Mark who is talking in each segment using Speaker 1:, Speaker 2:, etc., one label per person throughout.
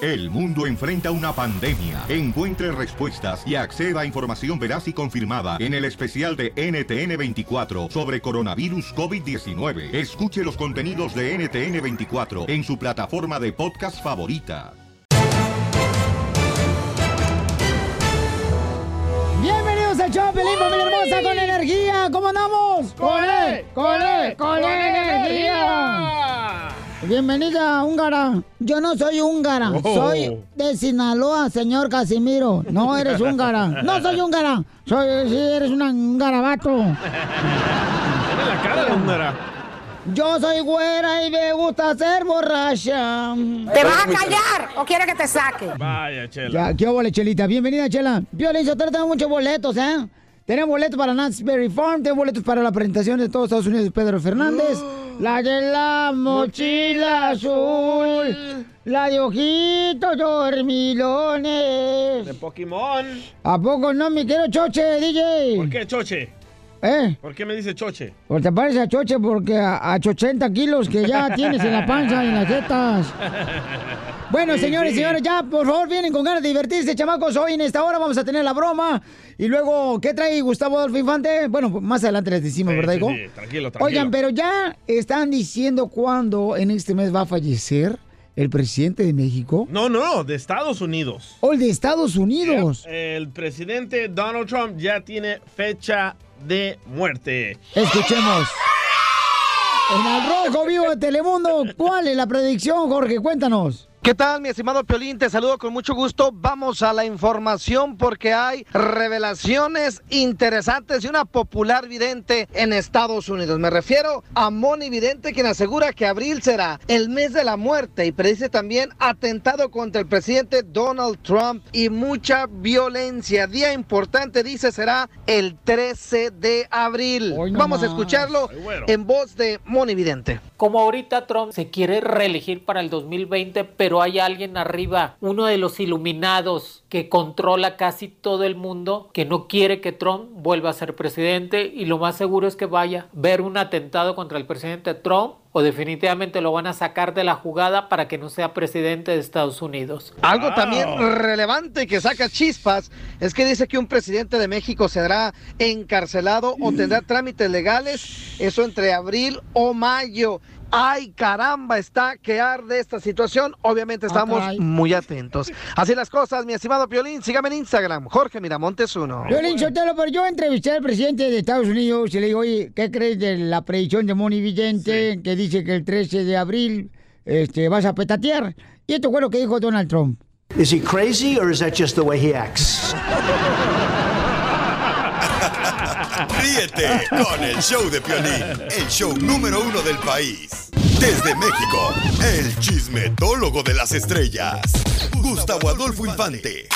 Speaker 1: El mundo enfrenta una pandemia. Encuentre respuestas y acceda a información veraz y confirmada en el especial de NTN24 sobre coronavirus COVID-19. Escuche los contenidos de NTN24 en su plataforma de podcast favorita.
Speaker 2: Bienvenidos al show, Pelín, familia hermosa, con energía. ¿Cómo andamos?
Speaker 3: ¡Con él! ¡Con él! ¡Con E él!
Speaker 4: E
Speaker 2: energía! Bienvenida, húngara. Yo no soy húngara,
Speaker 3: Oh.
Speaker 2: soy de Sinaloa, señor Casimiro. No eres húngara. No soy húngara. Soy, sí, eres una- un garabato.
Speaker 5: Tiene la cara de húngara.
Speaker 2: Yo soy güera y me gusta ser borracha.
Speaker 6: ¿Te vas a callar o quieres que te saque?
Speaker 5: Vaya,
Speaker 2: Ya,
Speaker 5: chela.
Speaker 2: ¿Qué óvole, Chelita? Bienvenida, Chela. Violín, yo tenemos muchos boletos, ¿eh? Tenemos boletos para Knott's Farm, tenemos boletos para la presentación de todos Estados Unidos de Pedro Fernández, la de la mochila azul, la de ojitos
Speaker 5: De
Speaker 2: dormilones.
Speaker 5: Pokémon.
Speaker 2: ¿A poco no me quiero choche, DJ?
Speaker 5: ¿Por qué, Choche?
Speaker 2: ¿Eh?
Speaker 5: ¿Por qué me dice Choche?
Speaker 2: ¿O te parece a choche porque a, a 80 kilos que ya tienes en la panza y en las tetas? Bueno,
Speaker 5: Sí,
Speaker 2: señores,
Speaker 5: sí.
Speaker 2: señores, ya por favor vienen con ganas de divertirse, chamacos. Hoy en esta hora vamos a tener la broma. Y luego, ¿qué trae Gustavo Adolfo Infante? Bueno, más adelante les decimos,
Speaker 5: Sí,
Speaker 2: ¿verdad,
Speaker 5: sí,
Speaker 2: hijo?
Speaker 5: sí, tranquilo, tranquilo.
Speaker 2: Oigan, pero ya están diciendo cuándo en este mes va a fallecer el presidente de México
Speaker 5: No, no, de Estados Unidos.
Speaker 2: o el de Estados Unidos.
Speaker 5: El presidente Donald Trump ya tiene fecha de muerte.
Speaker 2: Escuchemos. En el rojo vivo de Telemundo, ¿cuál es la predicción, Jorge? Cuéntanos.
Speaker 7: ¿Qué tal, mi estimado Piolín? Te saludo con mucho gusto. Vamos a la información porque hay revelaciones interesantes de una popular vidente en Estados Unidos. Me refiero a Moni Vidente, quien asegura que abril será el mes de la muerte y predice también atentado contra el presidente Donald Trump y mucha violencia. Día importante, dice, será el 13 de abril.
Speaker 2: Hoy no
Speaker 7: Vamos a
Speaker 2: más.
Speaker 7: escucharlo en voz de Moni Vidente.
Speaker 8: Como ahorita Trump se quiere reelegir para el 2020, pero hay alguien arriba, uno de los iluminados que controla casi todo el mundo, que no quiere que Trump vuelva a ser presidente y lo más seguro es que vaya a ver un atentado contra el presidente Trump o definitivamente lo van a sacar de la jugada para que no sea presidente de Estados Unidos.
Speaker 7: Algo también relevante que saca chispas es que dice que un presidente de México será encarcelado o tendrá trámites legales, eso entre abril o mayo. Ay, caramba, está que arde esta situación.
Speaker 9: Ah,
Speaker 7: Obviamente estamos
Speaker 2: caray.
Speaker 7: muy atentos. Así las cosas, mi estimado Piolín, sígame en Instagram, Jorge Miramontes 1.
Speaker 2: Violín Sotelo, pero yo entrevisté al presidente de Estados Unidos y le digo, oye, ¿qué crees de la predicción de Moni Vicente que dice que el 13 de abril este, vas a petatear? Y esto fue lo que dijo Donald Trump.
Speaker 10: Is he crazy or is that just the way he acts?
Speaker 11: Ríete con el show de Piolín, el show número uno del país. Desde México, el chismetólogo de las estrellas, Gustavo Adolfo Infante.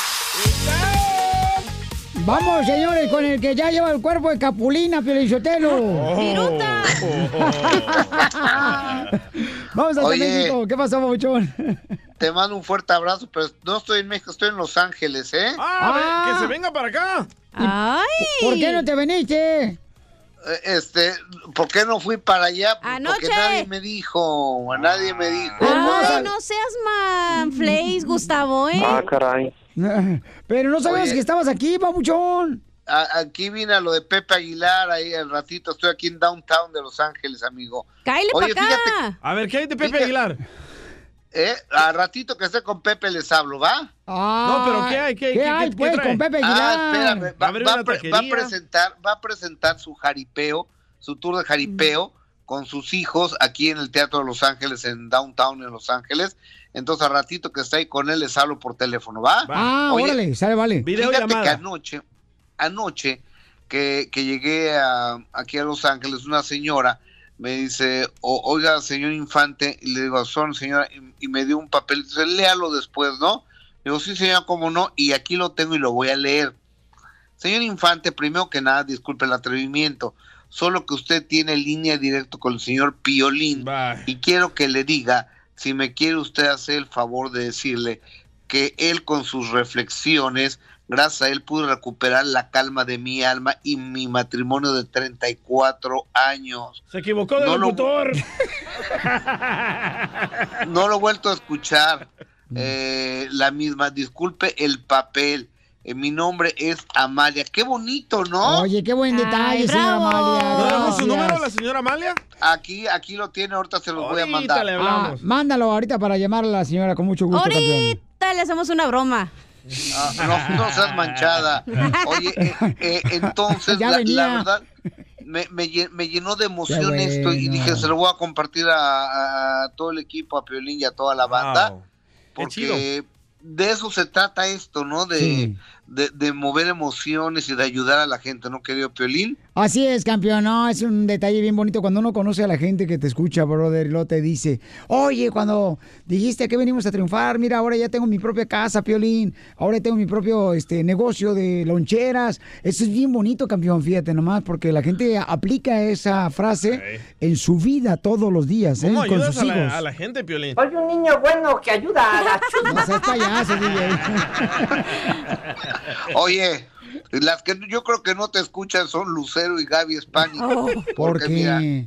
Speaker 2: Vamos, señores, con el que ya lleva el cuerpo de Capulina, Violín
Speaker 12: Oh.
Speaker 2: Sotelo.
Speaker 5: ¡Viruta!
Speaker 2: Vamos hasta
Speaker 12: Oye.
Speaker 2: México. ¿Qué pasó, Babuchón?
Speaker 12: Te mando un fuerte abrazo, pero no estoy en México, estoy en Los Ángeles, ¿eh?
Speaker 5: Ah, ve- que se venga para acá.
Speaker 2: ¡Ay! ¿Por qué no te veniste?
Speaker 12: Eh, Este, ¿por qué no fui para allá? Pues
Speaker 13: Anoche.
Speaker 12: Porque nadie me dijo, nadie me dijo.
Speaker 13: Ay,
Speaker 12: ¿verdad?
Speaker 13: no seas manflays, Gustavo, ¿eh?
Speaker 12: Ah, caray.
Speaker 2: Pero no sabíamos
Speaker 12: Oye.
Speaker 2: que estabas aquí, Babuchón.
Speaker 12: A- aquí vine a lo de Pepe Aguilar, ahí al ratito, estoy aquí en Downtown de Los Ángeles, amigo.
Speaker 13: ¡Cáele
Speaker 12: Oye,
Speaker 13: para acá!
Speaker 12: fíjate,
Speaker 5: A ver, ¿qué hay de Pepe Aguilar?
Speaker 12: eh, a ratito que esté con Pepe les hablo, ¿va?
Speaker 5: No, pero ¿qué hay? ¿Qué, qué- qué- qué trae?
Speaker 12: Ah, espérame,
Speaker 5: Va a
Speaker 12: va,
Speaker 5: haber
Speaker 12: va
Speaker 5: una
Speaker 12: a pre- va a
Speaker 5: taquería.
Speaker 12: presentar, va a presentar su jaripeo, su tour de jaripeo con sus hijos aquí en el Teatro de Los Ángeles, en Downtown en Los Ángeles. Entonces, al ratito que está ahí con él, les hablo por teléfono, ¿va?
Speaker 2: Ah,
Speaker 12: Oye,
Speaker 2: órale, sale, vale.
Speaker 12: Fíjate que anoche, anoche que, que llegué a, aquí a Los Ángeles, una señora me dice, "O- oiga, señor Infante, y le digo, son señora, y, y me dio un papel, dice, léalo después, ¿no? Digo, sí, señora, cómo no, y aquí lo tengo y lo voy a leer. Señor Infante, primero que nada, disculpe el atrevimiento, solo que usted tiene línea directa con el señor Piolín y quiero que le diga si me quiere usted hacer el favor de decirle que él con sus reflexiones, gracias a él pude recuperar la calma de mi alma y mi matrimonio de 34 años.
Speaker 5: Se equivocó de
Speaker 12: No lo-
Speaker 5: locutor.
Speaker 12: No lo he vuelto a escuchar. eh, la misma, disculpe el papel. eh, mi nombre es Amalia. Qué bonito, ¿no?
Speaker 2: Oye, qué buen detalle, señora Amalia.
Speaker 5: ¿No le damos su
Speaker 2: gracias.
Speaker 5: número a la señora Amalia?
Speaker 12: Aquí, aquí lo tiene, ahorita se los voy a mandar.
Speaker 2: Ah, mándalo ahorita para llamar a la señora con mucho gusto. campeón.
Speaker 13: Ahorita le hacemos una broma.
Speaker 12: Ah, no, no seas manchada. Oye, eh, eh, entonces,
Speaker 13: Ya
Speaker 12: la,
Speaker 13: venía.
Speaker 12: la verdad, me, me lle- me llenó de emoción
Speaker 2: Qué
Speaker 12: esto y
Speaker 2: bueno.
Speaker 12: dije, se lo voy a compartir a, a todo el equipo, a Piolín y a toda la banda. Porque de eso se trata esto, ¿no? De,
Speaker 2: Sí.
Speaker 12: de, de mover emociones y de ayudar a la gente, ¿no, querido Piolín?
Speaker 2: Así es, campeón. No, es un detalle bien bonito cuando uno conoce a la gente que te escucha, brother, y luego te dice, oye, cuando dijiste que venimos a triunfar, mira, ahora ya tengo mi propia casa, Piolín, ahora tengo mi propio este, negocio de loncheras. Eso es bien bonito, campeón, fíjate nomás, porque la gente aplica esa frase en su vida todos los días, ¿eh?
Speaker 5: ¿Cómo
Speaker 2: con
Speaker 5: ayudas
Speaker 2: sus
Speaker 5: a
Speaker 2: hijos.
Speaker 5: la, a la gente, Piolín?
Speaker 14: Soy un niño bueno que ayuda a la chuta.
Speaker 2: No seas payaso, DJ.
Speaker 12: Oye, las que yo creo que no te escuchan son Lucero y Gaby Spani.
Speaker 2: Oh. Porque,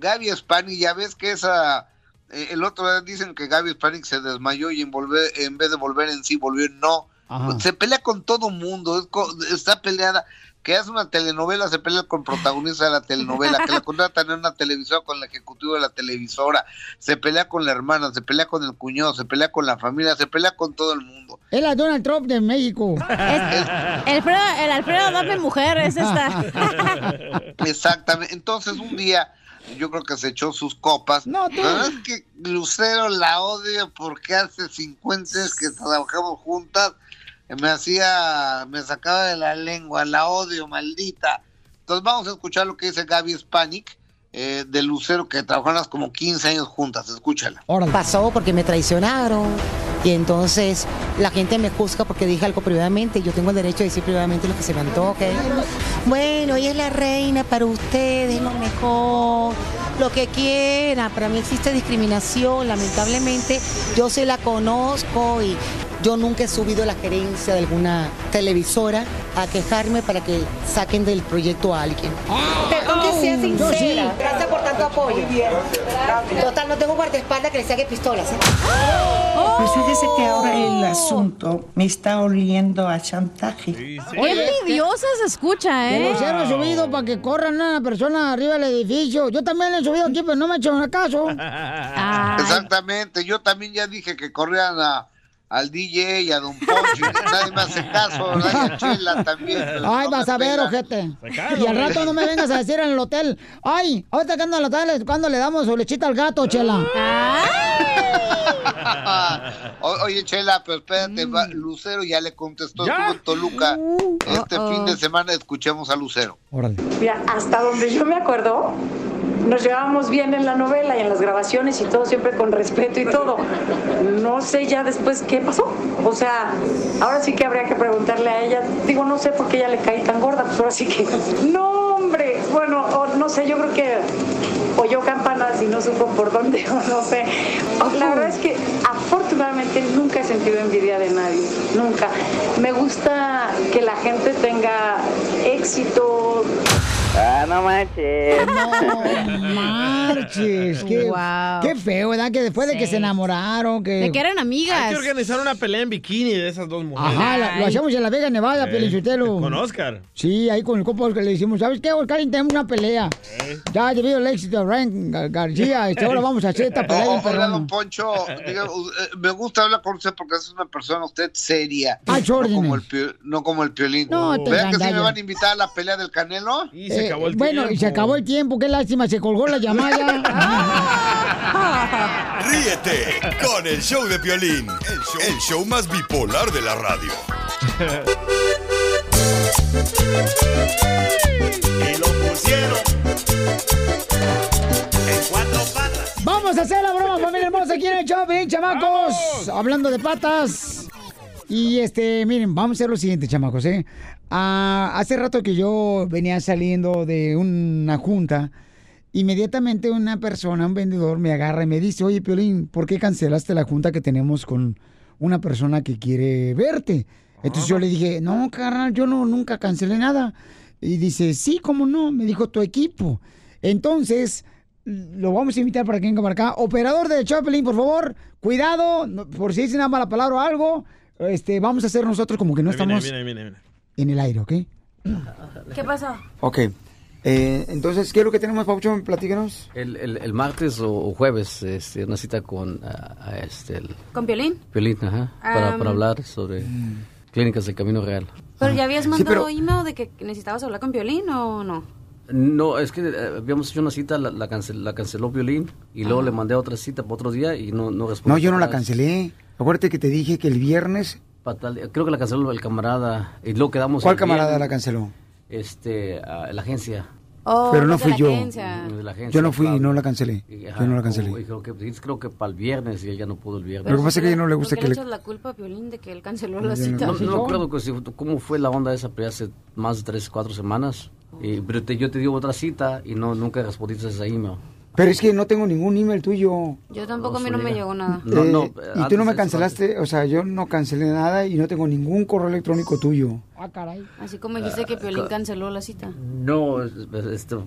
Speaker 12: Gaby Spanik, ya ves que esa. eh, el otro día dicen que Gaby Spanik se desmayó y en, volver- en vez de volver en sí, volvió en no.
Speaker 7: Ah.
Speaker 2: Ajá.
Speaker 12: Se pelea con todo mundo, es co- está peleada. Que hace una telenovela, se pelea con protagonista de la telenovela, que la contratan en una televisora con el ejecutivo de la televisora, se pelea con la hermana, se pelea con el cuñado, se pelea con la familia, se pelea con todo el mundo.
Speaker 2: es la Donald Trump de México.
Speaker 13: El Alfredo, el Alfredo Dame Mujer es esta.
Speaker 12: Exactamente. Entonces, un día, yo creo que se echó sus copas.
Speaker 2: No,
Speaker 13: tú.
Speaker 12: La verdad es que Lucero la odio porque hace 50 años que trabajamos juntas. Me hacía, me sacaba de la lengua, la odio, maldita. Entonces, vamos a escuchar lo que dice Gaby Spanik eh, de Lucero, que trabajaron como 15 años juntas. Escúchala.
Speaker 15: Pasó porque me traicionaron y entonces la gente me juzga porque dije algo privadamente y yo tengo el derecho de decir privadamente lo que se me antoje. Bueno, ella es la reina para ustedes, lo mejor, lo que quiera. Para mí existe discriminación, lamentablemente yo sí la conozco y yo nunca he subido a la gerencia de alguna televisora a quejarme para que saquen del proyecto a alguien. Perdón que sea sincera. Gracias por tanto apoyo. Total, no tengo guardaespaldas que le saque pistolas. ¿eh?
Speaker 13: Oh.
Speaker 16: Pues fíjese que ahora el asunto me está oliendo a chantaje.
Speaker 13: Qué envidiosa se escucha,
Speaker 2: Que
Speaker 13: ¿eh?
Speaker 2: Lucero ha subido para que corran a una persona arriba del edificio. Yo también le he subido aquí, pero no me echan caso.
Speaker 12: Exactamente. Yo también ya dije que corrían a- al DJ y a Don Poncho. y nadie me hace caso, ¿verdad? Y a Chela también. pero
Speaker 2: Ay,
Speaker 12: no
Speaker 2: vas
Speaker 12: me
Speaker 2: a ver,
Speaker 12: pelan.
Speaker 2: ojete.
Speaker 12: Sacalo,
Speaker 2: Y al
Speaker 12: güey.
Speaker 2: rato no me vengas a decir en el hotel. Ay, ahorita que ando en el hotel, ¿cuándo le damos su lechita al gato, chela?
Speaker 12: O- Oye, Chela, pero espérate, va-
Speaker 2: Mm.
Speaker 12: Lucero ya le contestó estuvo en Toluca.
Speaker 2: Uh,
Speaker 12: Este
Speaker 14: Uh-oh.
Speaker 12: fin de semana escuchemos a Lucero.
Speaker 14: Mira, hasta donde yo me acuerdo, nos llevábamos bien en la novela y en las grabaciones y todo, siempre con respeto y todo. No sé ya después qué pasó. O sea, ahora sí que habría que preguntarle a ella. Digo, no sé por qué ella le caí tan gorda, pues ahora sí que. No, hombre. Bueno, o no sé, yo creo que oyó campanas y no supo por dónde, o no sé. La verdad es que afortunadamente nunca he sentido envidia de nadie, nunca. Me gusta que la gente tenga éxito.
Speaker 17: Ah, no manches.
Speaker 2: Marches, qué,
Speaker 13: Guau.
Speaker 2: qué feo, ¿verdad? Que después de que
Speaker 5: Sí.
Speaker 2: se enamoraron, que...
Speaker 13: De que eran
Speaker 5: Hay
Speaker 13: amigas.
Speaker 5: que organizar una pelea en bikini de esas dos mujeres.
Speaker 2: Ajá, la- lo hacemos en la Vega Nevada,
Speaker 5: Eh,
Speaker 2: Pelichotelo.
Speaker 5: Con Oscar.
Speaker 2: Sí, ahí con el copo Oscar le decimos, ¿sabes qué, Oscar? Tenemos una pelea. Ya, debido al éxito de Ryan Gar- García, este, ahora vamos a hacer esta pelea.
Speaker 12: O-
Speaker 2: bien
Speaker 12: o- Oiga,
Speaker 2: perrona.
Speaker 12: don Poncho, diga, u- eh, me gusta hablar con usted porque es una persona usted seria.
Speaker 2: Ah,
Speaker 12: no
Speaker 2: órdenes.
Speaker 12: como el, pio- no como el piolín.
Speaker 2: No, te
Speaker 12: ¿Vean que sí
Speaker 2: gandalla.
Speaker 12: me van a invitar a la pelea del Canelo? Y
Speaker 2: Eh, bueno, y se acabó el tiempo, qué lástima, se colgó la llamada.
Speaker 11: Ríete con el show de Piolín, el show, el show más bipolar de la radio.
Speaker 2: Vamos a hacer la broma, familia hermosa, aquí en el show, bien, chamacos. Hablando de patas. Y este, miren, vamos a hacer lo siguiente, chamacos, ¿eh? Ah, hace rato que yo venía saliendo de una junta, inmediatamente una persona, un vendedor, me agarra y me dice, oye, Piolín, ¿por qué cancelaste la junta que tenemos con una persona que quiere verte? Entonces yo le dije, no, carnal, yo no, nunca cancelé nada. Y dice, sí, ¿cómo no? Me dijo tu equipo. Entonces, lo vamos a invitar para que venga para acá. Operador de Chapelin, por favor, cuidado, no- por si dice una mala palabra o algo, este, vamos a hacer nosotros como que no
Speaker 5: Ahí viene,
Speaker 2: estamos
Speaker 5: ahí viene, ahí viene, ahí viene.
Speaker 2: en el aire, ¿ok?
Speaker 13: ¿Qué pasó?
Speaker 4: Ok. Eh, entonces, ¿qué es lo que tenemos, Pauchón? Platícanos.
Speaker 18: El, el- el martes o, o jueves, este, una cita con ah, ah, este, el
Speaker 13: ¿Con Piolín?
Speaker 18: Piolín, ajá, para,
Speaker 13: Am.
Speaker 18: para hablar sobre clínicas del Camino Real.
Speaker 13: ¿Pero ya habías
Speaker 18: Sí,
Speaker 13: mandado
Speaker 18: pero-
Speaker 13: email de que necesitabas hablar con Piolín o no?
Speaker 18: No, es que eh, habíamos hecho una cita, la, la cancel- la canceló Piolín y luego
Speaker 13: Ah.
Speaker 18: le mandé otra cita para otro día y no, no respondió.
Speaker 4: No,
Speaker 18: Ah,
Speaker 4: yo no la cancelé. Acuérdate que te dije que el viernes.
Speaker 18: Pa- tal- Creo que la canceló el camarada y luego quedamos...
Speaker 4: ¿Cuál
Speaker 18: el
Speaker 4: camarada
Speaker 18: viernes,
Speaker 4: la canceló?
Speaker 18: Este, ah, la agencia.
Speaker 13: Oh,
Speaker 4: Pero no
Speaker 13: los de
Speaker 4: fui
Speaker 13: la
Speaker 4: yo.
Speaker 13: agencia.
Speaker 18: de la agencia,
Speaker 4: Yo no fui,
Speaker 18: Pablo.
Speaker 4: no la cancelé.
Speaker 18: Y, ah,
Speaker 4: Yo
Speaker 18: ajá,
Speaker 4: no la cancelé.
Speaker 18: y creo que, pues, creo que para el viernes y él ya no pudo el viernes.
Speaker 4: Lo que pasa es que a ella no le gusta que
Speaker 13: ¿Por qué le
Speaker 4: le...
Speaker 13: echas la culpa a Piolín de que él canceló
Speaker 4: No,
Speaker 13: la
Speaker 4: yo
Speaker 13: cita?
Speaker 18: No, no me acuerdo que si- cómo fue la onda esa, pero ya hace más de tres, cuatro semanas. Y, pero te- yo te digo otra cita y no nunca respondiste a esa email.
Speaker 4: Pero es que no tengo ningún email tuyo.
Speaker 13: Yo tampoco, a mí no me llegó nada.
Speaker 18: No, no,
Speaker 4: Eh, y tú no me cancelaste, o sea, yo no cancelé nada y no tengo ningún correo electrónico tuyo.
Speaker 13: Ah, caray. Así como dijiste que Piolín
Speaker 18: ca-
Speaker 13: canceló la cita.
Speaker 18: No, es- es- esto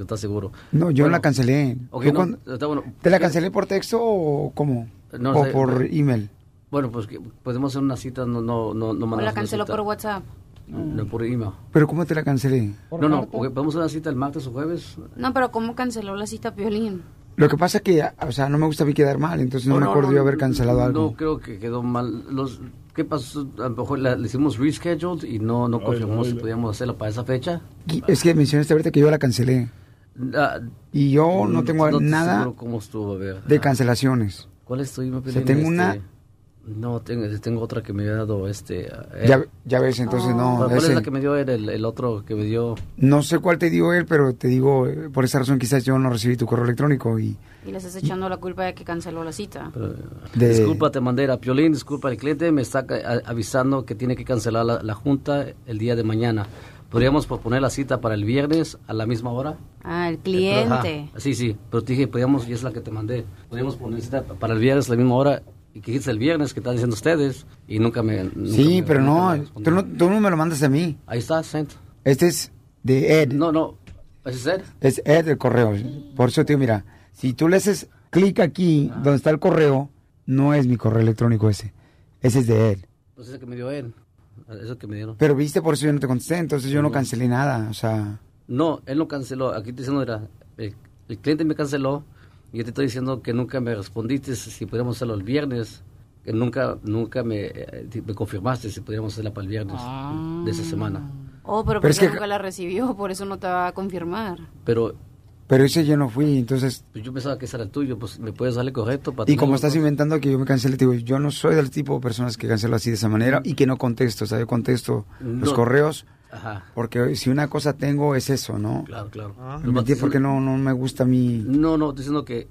Speaker 18: está seguro.
Speaker 4: No, yo
Speaker 18: Bueno,
Speaker 4: la cancelé. Yo
Speaker 18: ok, no, eh,
Speaker 4: cuando-
Speaker 18: está bueno.
Speaker 4: ¿Te la cancelé por texto o cómo?
Speaker 18: No
Speaker 4: o
Speaker 18: sé,
Speaker 4: por
Speaker 18: pero-
Speaker 4: email.
Speaker 18: Bueno, pues que podemos hacer una cita, no, no,
Speaker 13: O
Speaker 18: no, no mandamos
Speaker 13: la
Speaker 18: una
Speaker 13: canceló
Speaker 18: cita. Ah,
Speaker 13: por WhatsApp.
Speaker 18: No, por email.
Speaker 4: Pero ¿cómo te la cancelé?
Speaker 18: No, no, ok, podemos hacer una cita el martes o jueves.
Speaker 4: Pues
Speaker 13: No, pero ¿cómo canceló la cita Piolín?
Speaker 4: Lo que pasa que, o sea, no me gusta a mí quedar mal, entonces no,
Speaker 18: Oh,
Speaker 4: me acuerdo yo haber cancelado
Speaker 18: no,
Speaker 4: algo.
Speaker 18: No creo que quedó mal. Los, ¿Qué pasó? A lo mejor la- le hicimos rescheduled y no, no confirmamos si podíamos hacerla para esa fecha.
Speaker 4: Y Es que mencionaste ahorita que yo la cancelé.
Speaker 18: Ah,
Speaker 4: Y yo no tengo
Speaker 18: estoy
Speaker 4: nada
Speaker 18: seguro cómo estuvo, a ver.
Speaker 4: de cancelaciones.
Speaker 18: ¿Cuál es tu email,
Speaker 4: O sea,
Speaker 18: Piolín?
Speaker 4: tengo
Speaker 18: Este,
Speaker 4: una-
Speaker 18: No, tengo, tengo otra que me había dado este... ah,
Speaker 4: Ya,
Speaker 18: él.
Speaker 4: ya ves, entonces no.
Speaker 18: ¿Cuál, cuál
Speaker 4: ese-
Speaker 18: es la que me dio él? El, el otro que me dio...
Speaker 4: No sé cuál te dio él, pero te digo, eh, por esa razón quizás yo no recibí tu correo electrónico y...
Speaker 13: Y le estás echando la culpa de que canceló la cita.
Speaker 4: De-
Speaker 18: Disculpa, te mandé a Piolín, disculpa, el cliente me está ca- a- avisando que tiene que cancelar la, la junta el día de mañana. ¿Podríamos proponer la cita para el viernes a la misma hora?
Speaker 13: Ah, el
Speaker 18: Pero, ajá,
Speaker 13: cliente.
Speaker 18: sí, sí, pero te dije, podíamos, y es la que te mandé, podríamos poner cita para el viernes a la misma hora. Y que dijiste el viernes que están diciendo ustedes y nunca me... nunca
Speaker 4: Sí,
Speaker 18: me-
Speaker 4: pero no
Speaker 18: nunca me
Speaker 4: tú, no, tú no me lo mandas a mí.
Speaker 18: Ahí está, sent.
Speaker 4: Este es de Ed.
Speaker 18: No, no. ¿Ese es él?
Speaker 4: Es Ed el correo. Por eso, tío, mira, si tú le haces clic aquí
Speaker 18: Ah.
Speaker 4: donde está el correo, no es mi correo electrónico ese. Ese es de Ed.
Speaker 18: Pues ese que me dio él. Eso que me dieron.
Speaker 4: Pero viste, por eso yo no te contesté, entonces yo no cancelé nada, o sea...
Speaker 18: No, él no canceló. Aquí te diciendo, mira, el, el cliente me canceló y yo te estoy diciendo que nunca me respondiste si pudiéramos hacerlo el viernes. Que nunca, nunca me, eh, me confirmaste si pudiéramos hacerla para el viernes de esa semana.
Speaker 13: Oh,
Speaker 4: Pero
Speaker 13: pero, porque
Speaker 4: es que-
Speaker 13: nunca la recibió, por eso no te va a confirmar.
Speaker 18: Pero
Speaker 4: Pero ese yo no fui, entonces...
Speaker 18: pues, yo pensaba que ese era el tuyo, pues me puedes darle correcto para
Speaker 4: Y
Speaker 18: tener
Speaker 4: como
Speaker 18: una
Speaker 4: estás
Speaker 18: cosa?
Speaker 4: inventando que yo me cancelé, te digo, yo no soy del tipo de personas que cancelo así de esa manera y que no contesto, o sea, yo contesto los
Speaker 18: No.
Speaker 4: correos
Speaker 18: Ajá.
Speaker 4: porque si una cosa tengo es eso, ¿no?
Speaker 18: Claro, claro.
Speaker 4: Me metí porque no, no me gusta mi...
Speaker 18: No, no, estoy diciendo que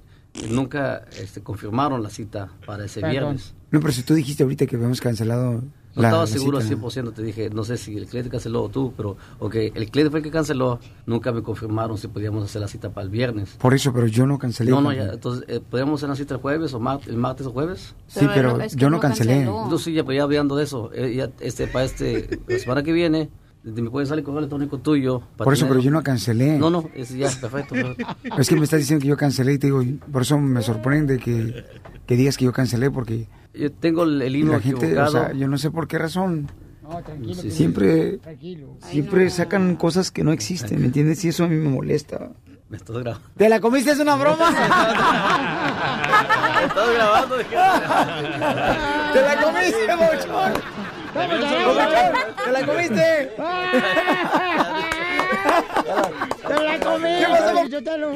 Speaker 18: nunca este, confirmaron la cita para ese viernes.
Speaker 4: No, pero si tú dijiste ahorita que habíamos cancelado
Speaker 18: No
Speaker 4: la,
Speaker 18: estaba
Speaker 4: la
Speaker 18: seguro al
Speaker 4: cita.
Speaker 18: 100%, te dije, no sé si el cliente canceló o tú, pero, ok, el cliente fue el que canceló, nunca me confirmaron si podíamos hacer la cita para el viernes.
Speaker 4: Por eso, pero yo no cancelé.
Speaker 18: No, no, ya,
Speaker 4: campeón.
Speaker 18: entonces, eh, ¿podríamos hacer la cita el jueves o mar- el martes o jueves?
Speaker 4: Sí, Pero pero no- es que yo no no cancelé. canceló.
Speaker 18: No, sí, ya, pero ya hablando de eso, eh, ya, este, para este, la semana que viene, te- me puede salir con el electrónico tuyo. para
Speaker 4: Por eso, pero
Speaker 18: tener-
Speaker 4: yo no cancelé.
Speaker 18: No, no, es, ya, perfecto. pero-
Speaker 4: Es que me estás diciendo que yo cancelé y te digo, por eso me sorprende que, que digas que yo cancelé porque
Speaker 18: Yo tengo el, el email
Speaker 4: la gente, o
Speaker 18: equivocado.
Speaker 4: sea, yo no sé por qué razón.
Speaker 2: No, tranquilo.
Speaker 18: Sí, sí.
Speaker 4: Siempre,
Speaker 2: Tranquilo.
Speaker 4: siempre sacan cosas que no existen, ¿me entiendes? Y eso a mí me molesta.
Speaker 18: Me estás grabando.
Speaker 4: ¿Te la comiste? ¿Es una broma?
Speaker 18: Me estás grabando.
Speaker 4: ¡Te la comiste, mochón! ¡Te la comiste!
Speaker 2: ¡Te la comí!
Speaker 4: ¿Qué pasó,
Speaker 2: Pio Lizotelo?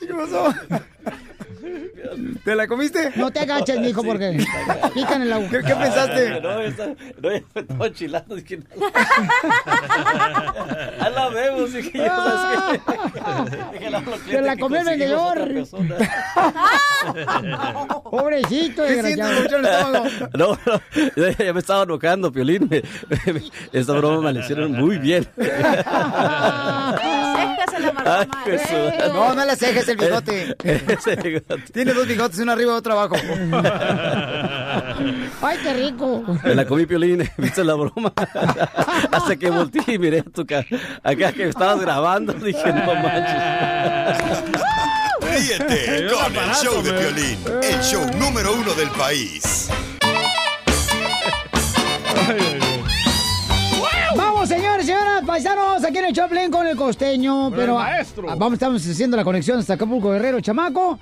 Speaker 4: ¿Qué pasó? ¿Te la comiste?
Speaker 2: No te agaches, mijo, porque pican el agua.
Speaker 4: ¿Qué- qué pensaste?
Speaker 18: No, esa, no, ella fue todo chilando. Dije, no. A la vemos, dije, ya sabes que. Dije, la
Speaker 2: ¡Te la comió el vendedor! ¡Pobrecito, desgraciado!
Speaker 18: No, no, ya, ya me estaba tocando, Piolín. Me- me- me- esta broma me la hicieron muy bien.
Speaker 13: Déjase la marca. Eh,
Speaker 18: Ay,
Speaker 2: eh.
Speaker 18: Jesús.
Speaker 4: No, no las cejas, el bigote.
Speaker 18: Ese bigote.
Speaker 4: Tiene dos bigotes, uno arriba y otro abajo.
Speaker 2: ¡Ay, qué rico!
Speaker 18: Me la comí piolín, viste la broma. Hasta que volteé y miré a tu cara. Acá que estabas grabando, dije, no manches.
Speaker 11: Ríete con el show de Piolín, el show número uno del país.
Speaker 2: Vamos, señores, señoras, paisanos, aquí en el Choplin con el costeño.
Speaker 3: Con
Speaker 2: pero
Speaker 3: el maestro.
Speaker 2: ah, vamos, estamos haciendo la conexión hasta Acapulco Guerrero, chamaco.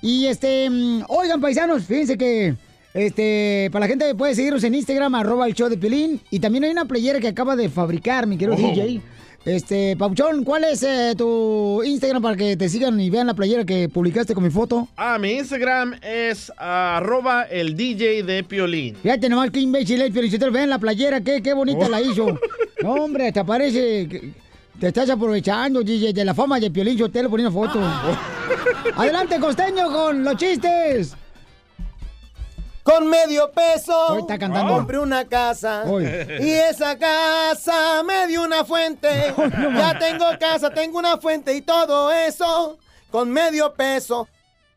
Speaker 2: Y este, mm, oigan, paisanos, fíjense que. Este, para la gente puede seguirnos en Instagram, arroba el show de Piolín. Y también hay una playera que acaba de fabricar, mi querido
Speaker 3: Oh.
Speaker 2: DJ. Este, Pauchón, ¿cuál es eh, tu Instagram para que te sigan y vean la playera que publicaste con mi foto?
Speaker 5: Ah, mi Instagram es ah, arroba el DJ de Piolín.
Speaker 2: Fíjate nomás qué imbécil es, Felicitero. Vean la playera, qué, qué bonita
Speaker 9: Oh.
Speaker 2: la hizo. No, hombre, te aparece. que- Te estás aprovechando, DJ, de la fama de Piolín Sotelo poniendo foto. Adelante, costeño, con los chistes.
Speaker 9: Con medio peso
Speaker 2: Hoy está cantando.
Speaker 9: compré una casa
Speaker 2: Hoy.
Speaker 9: y esa casa me dio una fuente. ya tengo casa, tengo una fuente y todo eso con medio peso.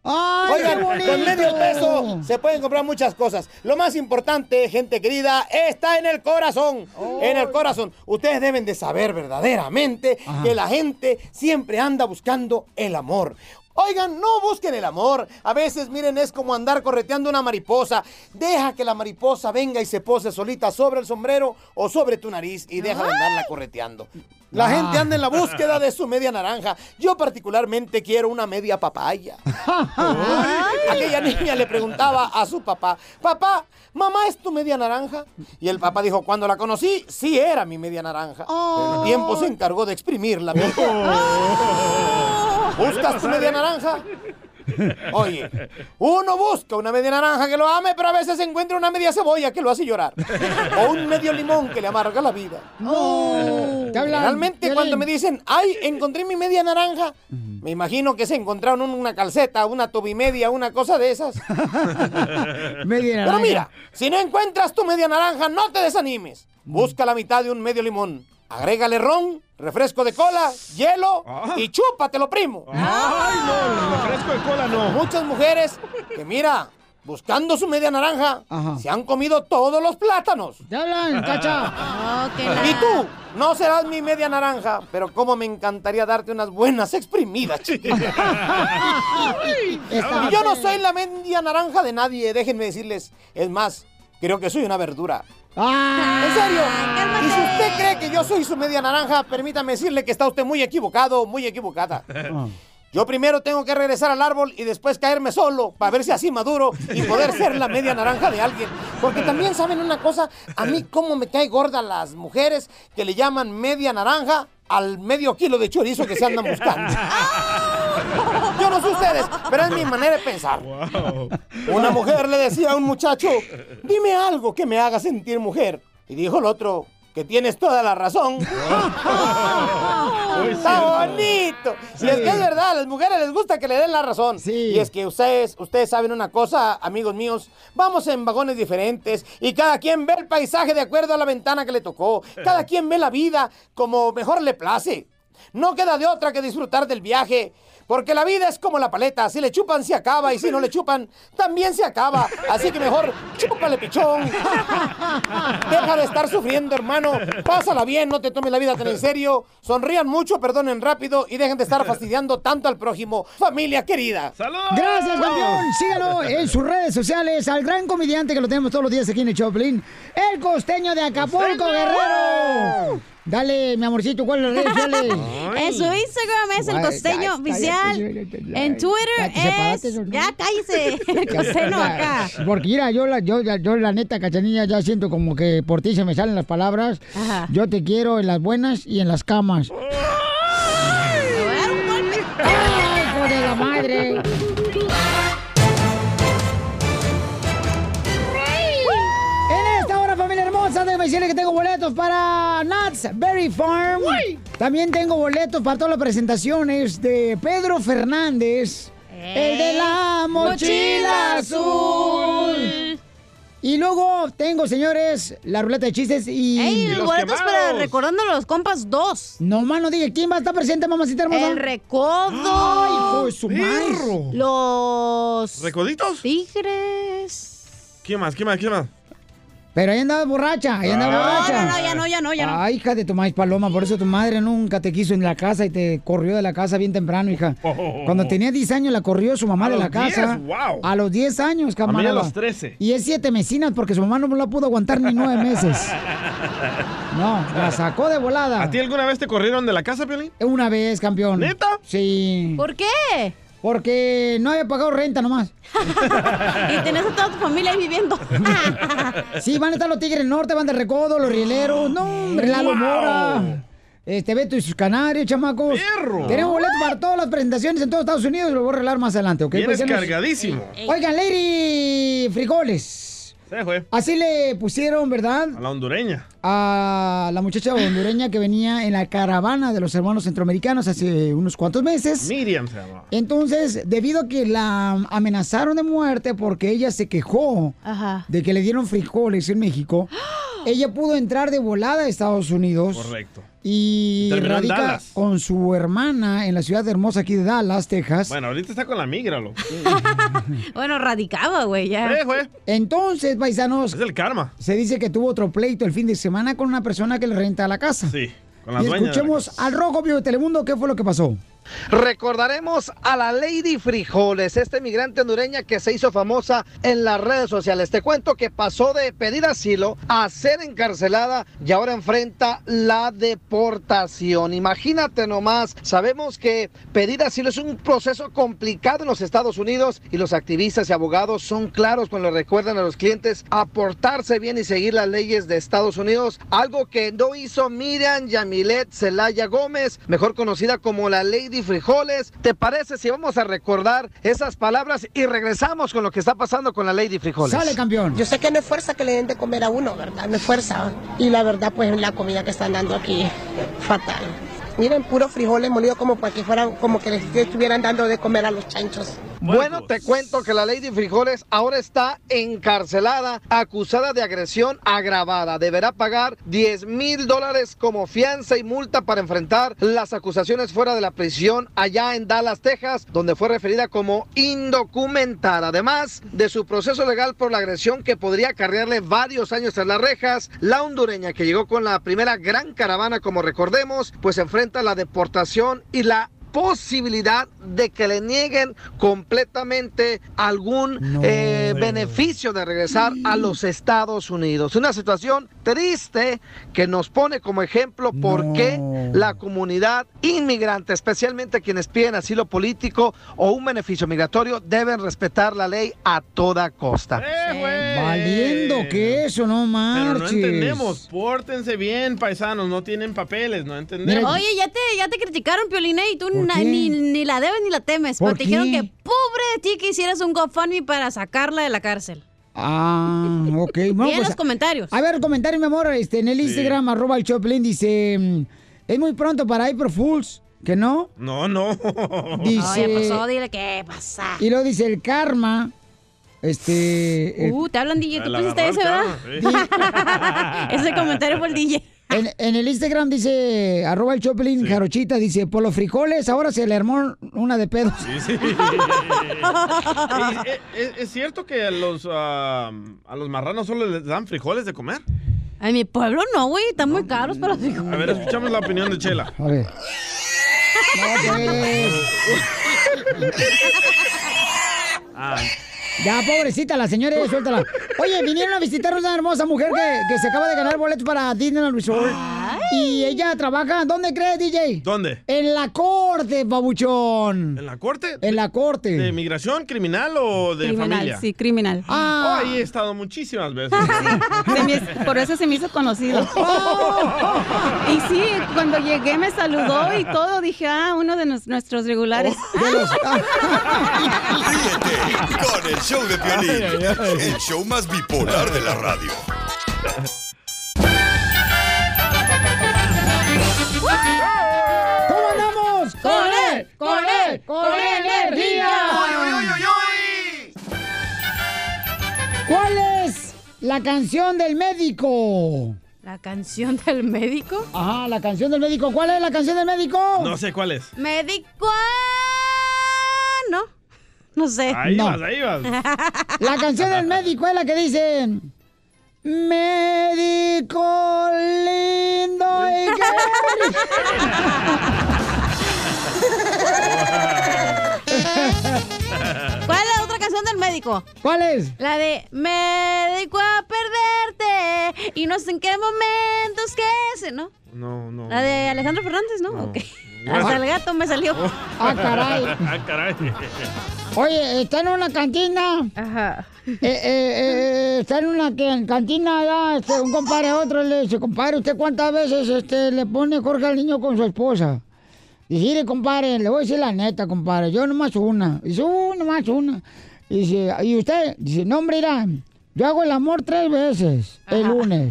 Speaker 2: ¡Ay,
Speaker 9: Oigan,
Speaker 3: qué bonito!
Speaker 9: con medio peso se pueden comprar muchas cosas. Lo más importante, gente querida, está en el corazón. En el corazón. Ustedes deben de saber verdaderamente
Speaker 3: Ajá.
Speaker 9: que la gente siempre anda buscando el amor. Oigan, no busquen el amor. A veces, miren, es como andar correteando una mariposa. Deja que la mariposa venga y se pose solita sobre el sombrero o sobre tu nariz y deja de andarla correteando. La
Speaker 3: Ah.
Speaker 9: gente anda en la búsqueda de su media naranja. Yo particularmente quiero una media papaya. Aquella niña le preguntaba a su papá, papá, ¿mamá es tu media naranja? Y el papá dijo, cuando la conocí, sí era mi media naranja. Pero El tiempo se encargó de exprimirla. mi hijo".
Speaker 2: Oh.
Speaker 3: Suele
Speaker 9: Oh. ¿Buscas tu
Speaker 3: pasar,
Speaker 9: media
Speaker 3: ¿eh?
Speaker 9: naranja? Oye, uno busca una media naranja que lo ame, pero a veces encuentra una media cebolla que lo hace llorar. O un medio limón que le amarga la vida. Oh.
Speaker 2: No. Te hablan,
Speaker 9: Realmente
Speaker 2: Piolín.
Speaker 9: cuando me dicen, ay, encontré mi media naranja, me imagino que se encontraron un- una calceta, una tobimedia, una cosa de esas.
Speaker 2: Media
Speaker 9: Pero
Speaker 2: naranja.
Speaker 9: mira, si no encuentras tu media naranja, no te desanimes. Busca la mitad de un medio limón. Agrégale ron, refresco de cola, hielo y chúpatelo, primo. Ay, no, refresco de cola no. Muchas mujeres que mira, buscando su media naranja, se han comido todos los plátanos.
Speaker 2: Ya hablan, cacha.
Speaker 9: Y tú, no serás mi media naranja, pero cómo me encantaría darte unas buenas exprimidas, chiquita. Y yo no soy la media naranja de nadie, déjenme decirles. Es más, creo que soy una verdura. ¿En serio? Y si usted cree que yo soy su media naranja, permítame decirle que está usted muy equivocado o muy equivocada. Yo primero tengo que regresar al árbol y después caerme solo para ver si así maduro y poder ser la media naranja de alguien. Porque también saben una cosa, a mí cómo me cae gorda las mujeres que le llaman media naranja al medio kilo de chorizo que se andan buscando. Yo no sé ustedes, pero es mi manera de pensar. Una mujer le decía a un muchacho, dime algo que me haga sentir mujer. Y dijo el otro, que tienes toda la razón. Está bonito. Y es que es verdad, a las mujeres les gusta que le den la razón. Y es que ustedes, ustedes saben una cosa, amigos míos, vamos en vagones diferentes y cada quien ve el paisaje de acuerdo a la ventana que le tocó. Cada quien ve la vida como mejor le place. No queda de otra que disfrutar del viaje. Porque la vida es como la paleta, si le chupan se acaba y si no le chupan también se acaba. Así que mejor chúpale pichón. Deja de estar sufriendo, hermano. Pásala bien, no te tomes la vida tan en serio. Sonrían mucho, perdonen rápido y dejen de estar fastidiando tanto al prójimo. Familia querida. ¡Saludos!
Speaker 2: Gracias, campeón. Síganlo en sus redes sociales al gran comediante que lo tenemos todos los días aquí en el Choplin, el costeño de Acapulco Guerrero. Dale, mi amorcito, ¿cuál es la red social?
Speaker 13: En su Instagram es el costeño oficial. En Twitter es. Ya cállese. El costeño acá.
Speaker 2: Porque mira, yo la, yo, la- yo la neta, cachanilla, ya siento como que por ti se me salen las palabras.
Speaker 13: Ajá.
Speaker 2: Yo te quiero en las buenas y en las camas.
Speaker 13: Le voy a dar un golpe.
Speaker 2: ¡Ay, hijo de la madre! En esta hora, familia hermosa, déjame decirles que tengo boletos para Nuts Berry Farm. También tengo boletos para todas las presentaciones de Pedro Fernández, el
Speaker 13: Eh,
Speaker 2: de la mochila azul. Y luego tengo, señores, la ruleta de chistes y...
Speaker 13: Ey, los Y los boletos para quemados.
Speaker 2: Recordando los Compas 2. No, más no diga, ¿quién va a estar presente, mamacita hermosa?
Speaker 13: El recodo.
Speaker 2: ¡Ay, hijo de su madre!
Speaker 13: Los.
Speaker 5: ¿Recoditos?
Speaker 13: Tigres.
Speaker 5: ¿Qué más? ¿Qué más? ¿Qué más?
Speaker 2: Pero ahí andabas borracha, ahí
Speaker 5: Ah.
Speaker 2: andabas
Speaker 13: No,
Speaker 2: borracha.
Speaker 13: no, no, ya no, ya no, ya no.
Speaker 2: Ay, hija de tu maíz paloma, por eso tu madre nunca te quiso en la casa y te corrió de la casa bien temprano, hija. Cuando tenía 10 años la corrió su mamá
Speaker 5: Oh. A
Speaker 2: de la
Speaker 5: los
Speaker 2: casa.
Speaker 5: 10, wow.
Speaker 2: A los 10 años,
Speaker 5: A mí
Speaker 2: camarada.
Speaker 5: a los 13.
Speaker 2: Y es siete mesinas porque su mamá no la pudo aguantar ni nueve meses. No, la sacó de volada.
Speaker 5: ¿A ti alguna vez te corrieron de la casa, Piolín?
Speaker 2: Una vez, campeón.
Speaker 5: ¿Neta?
Speaker 2: Sí.
Speaker 13: ¿Por qué?
Speaker 2: Porque no había pagado renta nomás.
Speaker 13: y tenés a toda tu familia ahí viviendo.
Speaker 2: Sí, van a estar los Tigres del Norte, van de Recodo, los Rieleros. No, hombre, Lalo
Speaker 13: Wow.
Speaker 2: Mora. Este Beto y sus canarios, chamacos. Tenemos boletos para todas las presentaciones en todos Estados Unidos. Lo voy a arreglar más adelante, ¿ok?
Speaker 5: Vienes
Speaker 2: paisanos?
Speaker 5: cargadísimo.
Speaker 2: Oigan, Lady Frijoles.
Speaker 5: Se fue.
Speaker 2: Así le pusieron, ¿verdad?
Speaker 5: A la hondureña.
Speaker 2: a la muchacha hondureña que venía en la caravana de los hermanos centroamericanos hace unos cuantos meses.
Speaker 5: Miriam se llama.
Speaker 2: Entonces, debido a que la amenazaron de muerte porque ella se quejó
Speaker 13: Ajá.
Speaker 2: de que le dieron frijoles en México, ella pudo entrar de volada a Estados Unidos.
Speaker 5: Correcto.
Speaker 2: Y
Speaker 5: Terminó en
Speaker 2: radica
Speaker 5: Dallas.
Speaker 2: con su hermana en la ciudad hermosa aquí de Dallas, Texas.
Speaker 5: Bueno, ahorita está con la migra, loco.
Speaker 13: Bueno, radicaba, güey, ya.
Speaker 2: Entonces, paisanos.
Speaker 5: ¿eh? Es el karma.
Speaker 2: Se dice que tuvo otro pleito el fin de semana con una persona que le renta la casa.
Speaker 5: Sí, con la
Speaker 2: Y
Speaker 5: dueña de la
Speaker 2: escuchemos al Rojo Vivo de Telemundo qué fue lo que pasó.
Speaker 7: Recordaremos a la Lady Frijoles, esta migrante hondureña que se hizo famosa en las redes sociales. Te cuento que pasó de pedir asilo a ser encarcelada y ahora enfrenta la deportación. Imagínate nomás, sabemos que pedir asilo es un proceso complicado en los Estados Unidos y los activistas y abogados son claros cuando le recuerdan a los clientes aportarse bien y seguir las leyes de Estados Unidos, algo que no hizo Miriam Yamilet Zelaya Gómez, mejor conocida como la Lady Frijoles. ¿Te parece si vamos a recordar esas palabras y regresamos con lo que está pasando con la Lady Frijoles?
Speaker 2: campeón.
Speaker 19: Yo sé que no es fuerza que le den de comer a uno, ¿verdad? No es fuerza. Y la verdad, pues la comida que están dando aquí, fatal. Miren, puros frijoles molidos como para que fueran, como que les estuvieran dando de comer a los chanchos.
Speaker 7: Bueno, te cuento que la Lady Frijoles ahora está encarcelada, acusada de agresión agravada. Deberá pagar 10 mil dólares como fianza y multa para enfrentar las acusaciones fuera de la prisión allá en Dallas, Texas, donde fue referida como indocumentada. Además de su proceso legal por la agresión que podría acarrearle varios años tras las rejas, la hondureña que llegó con la primera gran caravana, como recordemos, pues enfrenta la deportación y la posibilidad de que le nieguen completamente algún eh, beneficio de regresar a los Estados Unidos. Una situación triste que nos pone como ejemplo por qué la comunidad inmigrante, especialmente quienes piden asilo político o un beneficio migratorio, deben respetar la ley a toda costa.
Speaker 2: Valiendo que eso, no
Speaker 5: ¡Eh,
Speaker 2: marches.
Speaker 5: Pero no entendemos. Pórtense bien, paisanos. No tienen papeles, no entendemos.
Speaker 13: Oye, ya te, ya te criticaron, Pioliné, y tú na-
Speaker 5: qué?
Speaker 13: ni, ni la debes ni la temes.
Speaker 5: ¿Por
Speaker 13: Porque te dijeron
Speaker 5: qué?
Speaker 13: que pobre de ti que hicieras un GoFundMe para sacarla de la cárcel.
Speaker 2: Ah, ok.
Speaker 13: Lee los comentarios.
Speaker 2: A ver, comentarios, mi amor. Este, en el Instagram, arroba el Choplin, dice... mm, Es muy pronto para April Fools, ¿que no?
Speaker 5: No, no.
Speaker 2: Dice-
Speaker 13: Oye, pasó, dile qué pasa.
Speaker 2: Y luego dice el karma. Este... el-
Speaker 13: Uh, te hablan DJ, tú
Speaker 2: La
Speaker 13: pusiste ese,
Speaker 2: agarró
Speaker 13: ¿verdad?
Speaker 2: el
Speaker 13: ese comentario fue el DJ.
Speaker 2: En, en el Instagram dice, arroba el Choplin, Jarochita, dice, por los frijoles, ahora se le armó una de pedos.
Speaker 5: ¿Es, eh, es- es cierto que a los, ah, a los marranos solo les dan frijoles de comer?
Speaker 13: A mi pueblo no, güey, están muy caros para los
Speaker 5: A ver, escuchamos la opinión de Chela.
Speaker 2: A ver.
Speaker 5: Ah,
Speaker 2: Ya, pobrecita, la señora, ya suéltala. Oye, vinieron a visitar a una hermosa mujer que, que se acaba de ganar boletos para Disneyland Resort. Y ella trabaja, ¿dónde crees, DJ?
Speaker 5: ¿Dónde?
Speaker 2: En la corte, babuchón.
Speaker 5: ¿En la corte?
Speaker 2: En la corte.
Speaker 5: ¿De migración, criminal o de familia?
Speaker 20: criminal.
Speaker 2: Ah,
Speaker 5: Oh, ahí he estado muchísimas veces.
Speaker 20: Se me- por eso se me hizo conocido. Y sí, cuando llegué me saludó y todo. Dije, ah, uno de nos- nuestros regulares.
Speaker 19: Oh,
Speaker 11: Ríete con el show de Piolín, el show más bipolar de la radio.
Speaker 2: ¿Cómo andamos?
Speaker 3: ¡Con
Speaker 2: E,
Speaker 3: él! ¡Con él! ¡Con energía!
Speaker 2: ¿Cuál es la canción del médico?
Speaker 13: ¿La canción del médico?
Speaker 2: Ajá, la canción del médico. ¿Cuál es la canción del médico?
Speaker 5: No sé cuál es.
Speaker 13: Médico. No. No sé.
Speaker 5: Ahí
Speaker 2: No.
Speaker 5: vas, ahí vas.
Speaker 2: La canción del médico es la que dice... Médico lindo y querido.
Speaker 13: ¿Cuál es la otra canción del médico?
Speaker 2: ¿Cuál es?
Speaker 13: La de Me dedico a perderte y no sé en qué momentos que ese, ¿no?
Speaker 5: No, no.
Speaker 13: La de Alejandro Fernández, ¿no? Ok. Hasta el gato me salió.
Speaker 2: Ah, caray.
Speaker 5: ah, caray.
Speaker 2: Oye, está en una cantina. Ajá. está en una que- en cantina, ya, este, un compadre a otro le dice, compadre, ¿usted cuántas veces este, le pone Jorge al niño con su esposa? Dice, mire, compadre, le voy a decir la neta, compadre, yo nomás una. Dice, uh, nomás una. Dice, ¿y usted? Dice, no, hombre, irá. Yo hago el amor tres veces el lunes.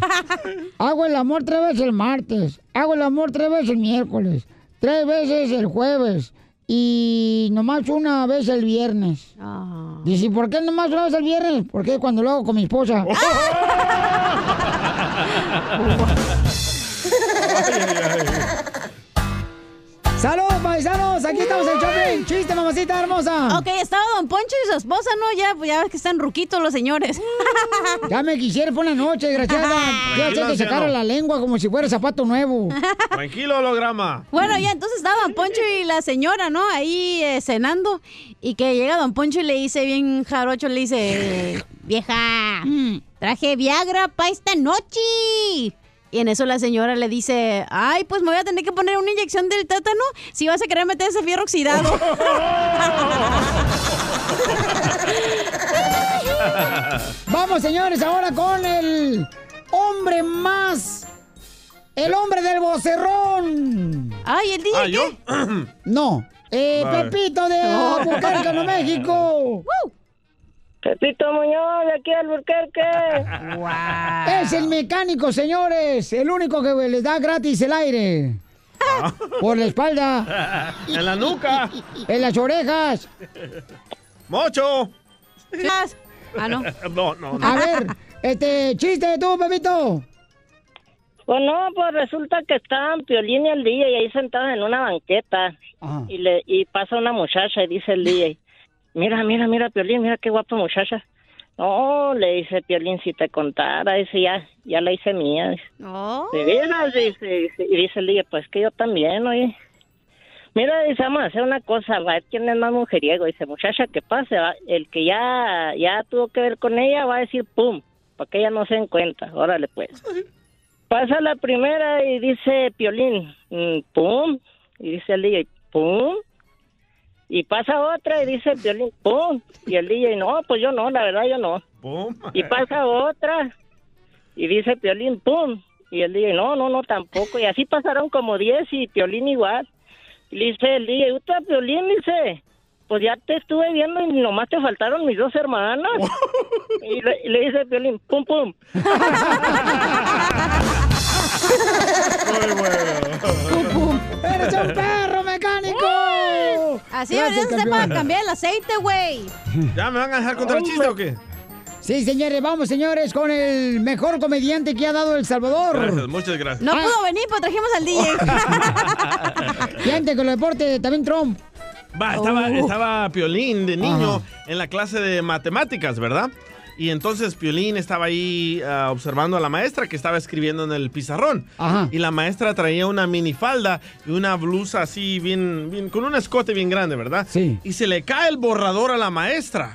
Speaker 2: Hago el amor tres veces el martes. Hago el amor tres veces el miércoles. Tres veces el jueves. Y nomás una vez el viernes. Dice, ¿y por qué nomás una vez el viernes? Porque es cuando lo hago con mi esposa. ¡Saludos, paisanos! Aquí estamos en Chopin. ¡Chiste, mamacita hermosa!
Speaker 13: Ok, estaba Don Poncho y su esposa, ¿no? Ya, pues, ya ves que están ruquitos los señores.
Speaker 2: ya me quisiera por la noche, desgraciada. Ya sé
Speaker 5: Tranquilo,
Speaker 2: que sacara
Speaker 5: anciano.
Speaker 2: la lengua como si fuera zapato nuevo.
Speaker 5: Tranquilo, holograma.
Speaker 13: Bueno, ya entonces estaba Don Poncho y la señora, ¿no? Ahí eh, cenando. Y que llega Don Poncho y le dice bien jarocho, le dice, vieja, traje Viagra para esta noche. Y en eso la señora le dice, ay, pues me voy a tener que poner una inyección del tátano si vas a querer meter ese fierro oxidado.
Speaker 2: Vamos, señores, ahora con el hombre más. El hombre del vocerrón.
Speaker 13: Ay, el DJ.
Speaker 5: Ah, ¿yo?
Speaker 2: No. Eh,
Speaker 3: Vale.
Speaker 2: Pepito de Albuquerque, Nuevo México.
Speaker 21: Pepito Muñoz, de aquí Albuquerque.
Speaker 2: Es el mecánico, señores. El único que les da gratis el aire. Por la espalda.
Speaker 5: Ah. en la nuca.
Speaker 2: En las orejas.
Speaker 5: ¡Mocho!
Speaker 13: Ah, no.
Speaker 5: No, no, no.
Speaker 2: A ver, este chiste tú, Pepito.
Speaker 21: Pues no, pues resulta que estaban Piolín y el DJ ahí sentados en una banqueta. Y, le, y pasa una muchacha y dice el DJ, mira, mira, mira, Piolín, mira qué guapa muchacha. No, le dice Piolín, si te contara, dice, ya, ya la hice mía. dice.
Speaker 13: No.
Speaker 21: De veras, dice, dice, y dice el día, pues que yo también, oye. Mira, dice, vamos a hacer una cosa, va, a ver quién es más mujeriego, dice, muchacha, que pase, va, el que ya, ya tuvo que ver con ella va a decir, pum, para que ella no se den cuenta, órale pues. Pasa la primera y dice Piolín, mm, pum, y dice el DJ, pum, y pasa otra y dice Piolín, pum, y el DJ, no, pues yo no, la verdad yo no.
Speaker 5: Pum.
Speaker 21: Y pasa otra y dice Piolín, ¡pum! Y él dice, no, no, no, tampoco. Y así pasaron como 10 y Piolín igual. Y le dice el DJ, "Uta, Piolín? Dice, pues ya te estuve viendo y nomás te faltaron mis dos hermanas. y, le, y le dice Piolín, ¡pum, pum!
Speaker 2: ¡Eres un perro mecánico!
Speaker 13: Así
Speaker 2: Gracias,
Speaker 13: deberías hacer
Speaker 2: campeón.
Speaker 13: para cambiar el aceite, güey.
Speaker 5: ¿Ya me van a dejar contra el chiste o qué?
Speaker 2: Sí, señores, vamos, señores, con el mejor comediante que ha dado El
Speaker 5: Gracias,
Speaker 2: Salvador. Ah.
Speaker 5: muchas gracias.
Speaker 13: No
Speaker 2: pues,
Speaker 13: pudo venir, pero trajimos al DJ.
Speaker 2: Y antes que lo deporte, también Trump.
Speaker 5: Va, estaba,
Speaker 2: Oh.
Speaker 5: estaba Piolín de niño en la clase de matemáticas, ¿verdad? Y entonces Piolín estaba ahí ah, observando a la maestra que estaba escribiendo en el pizarrón. Y la maestra traía una minifalda y una blusa así bien, bien, con un escote bien grande, ¿verdad? Sí. Y se le cae el borrador a la maestra.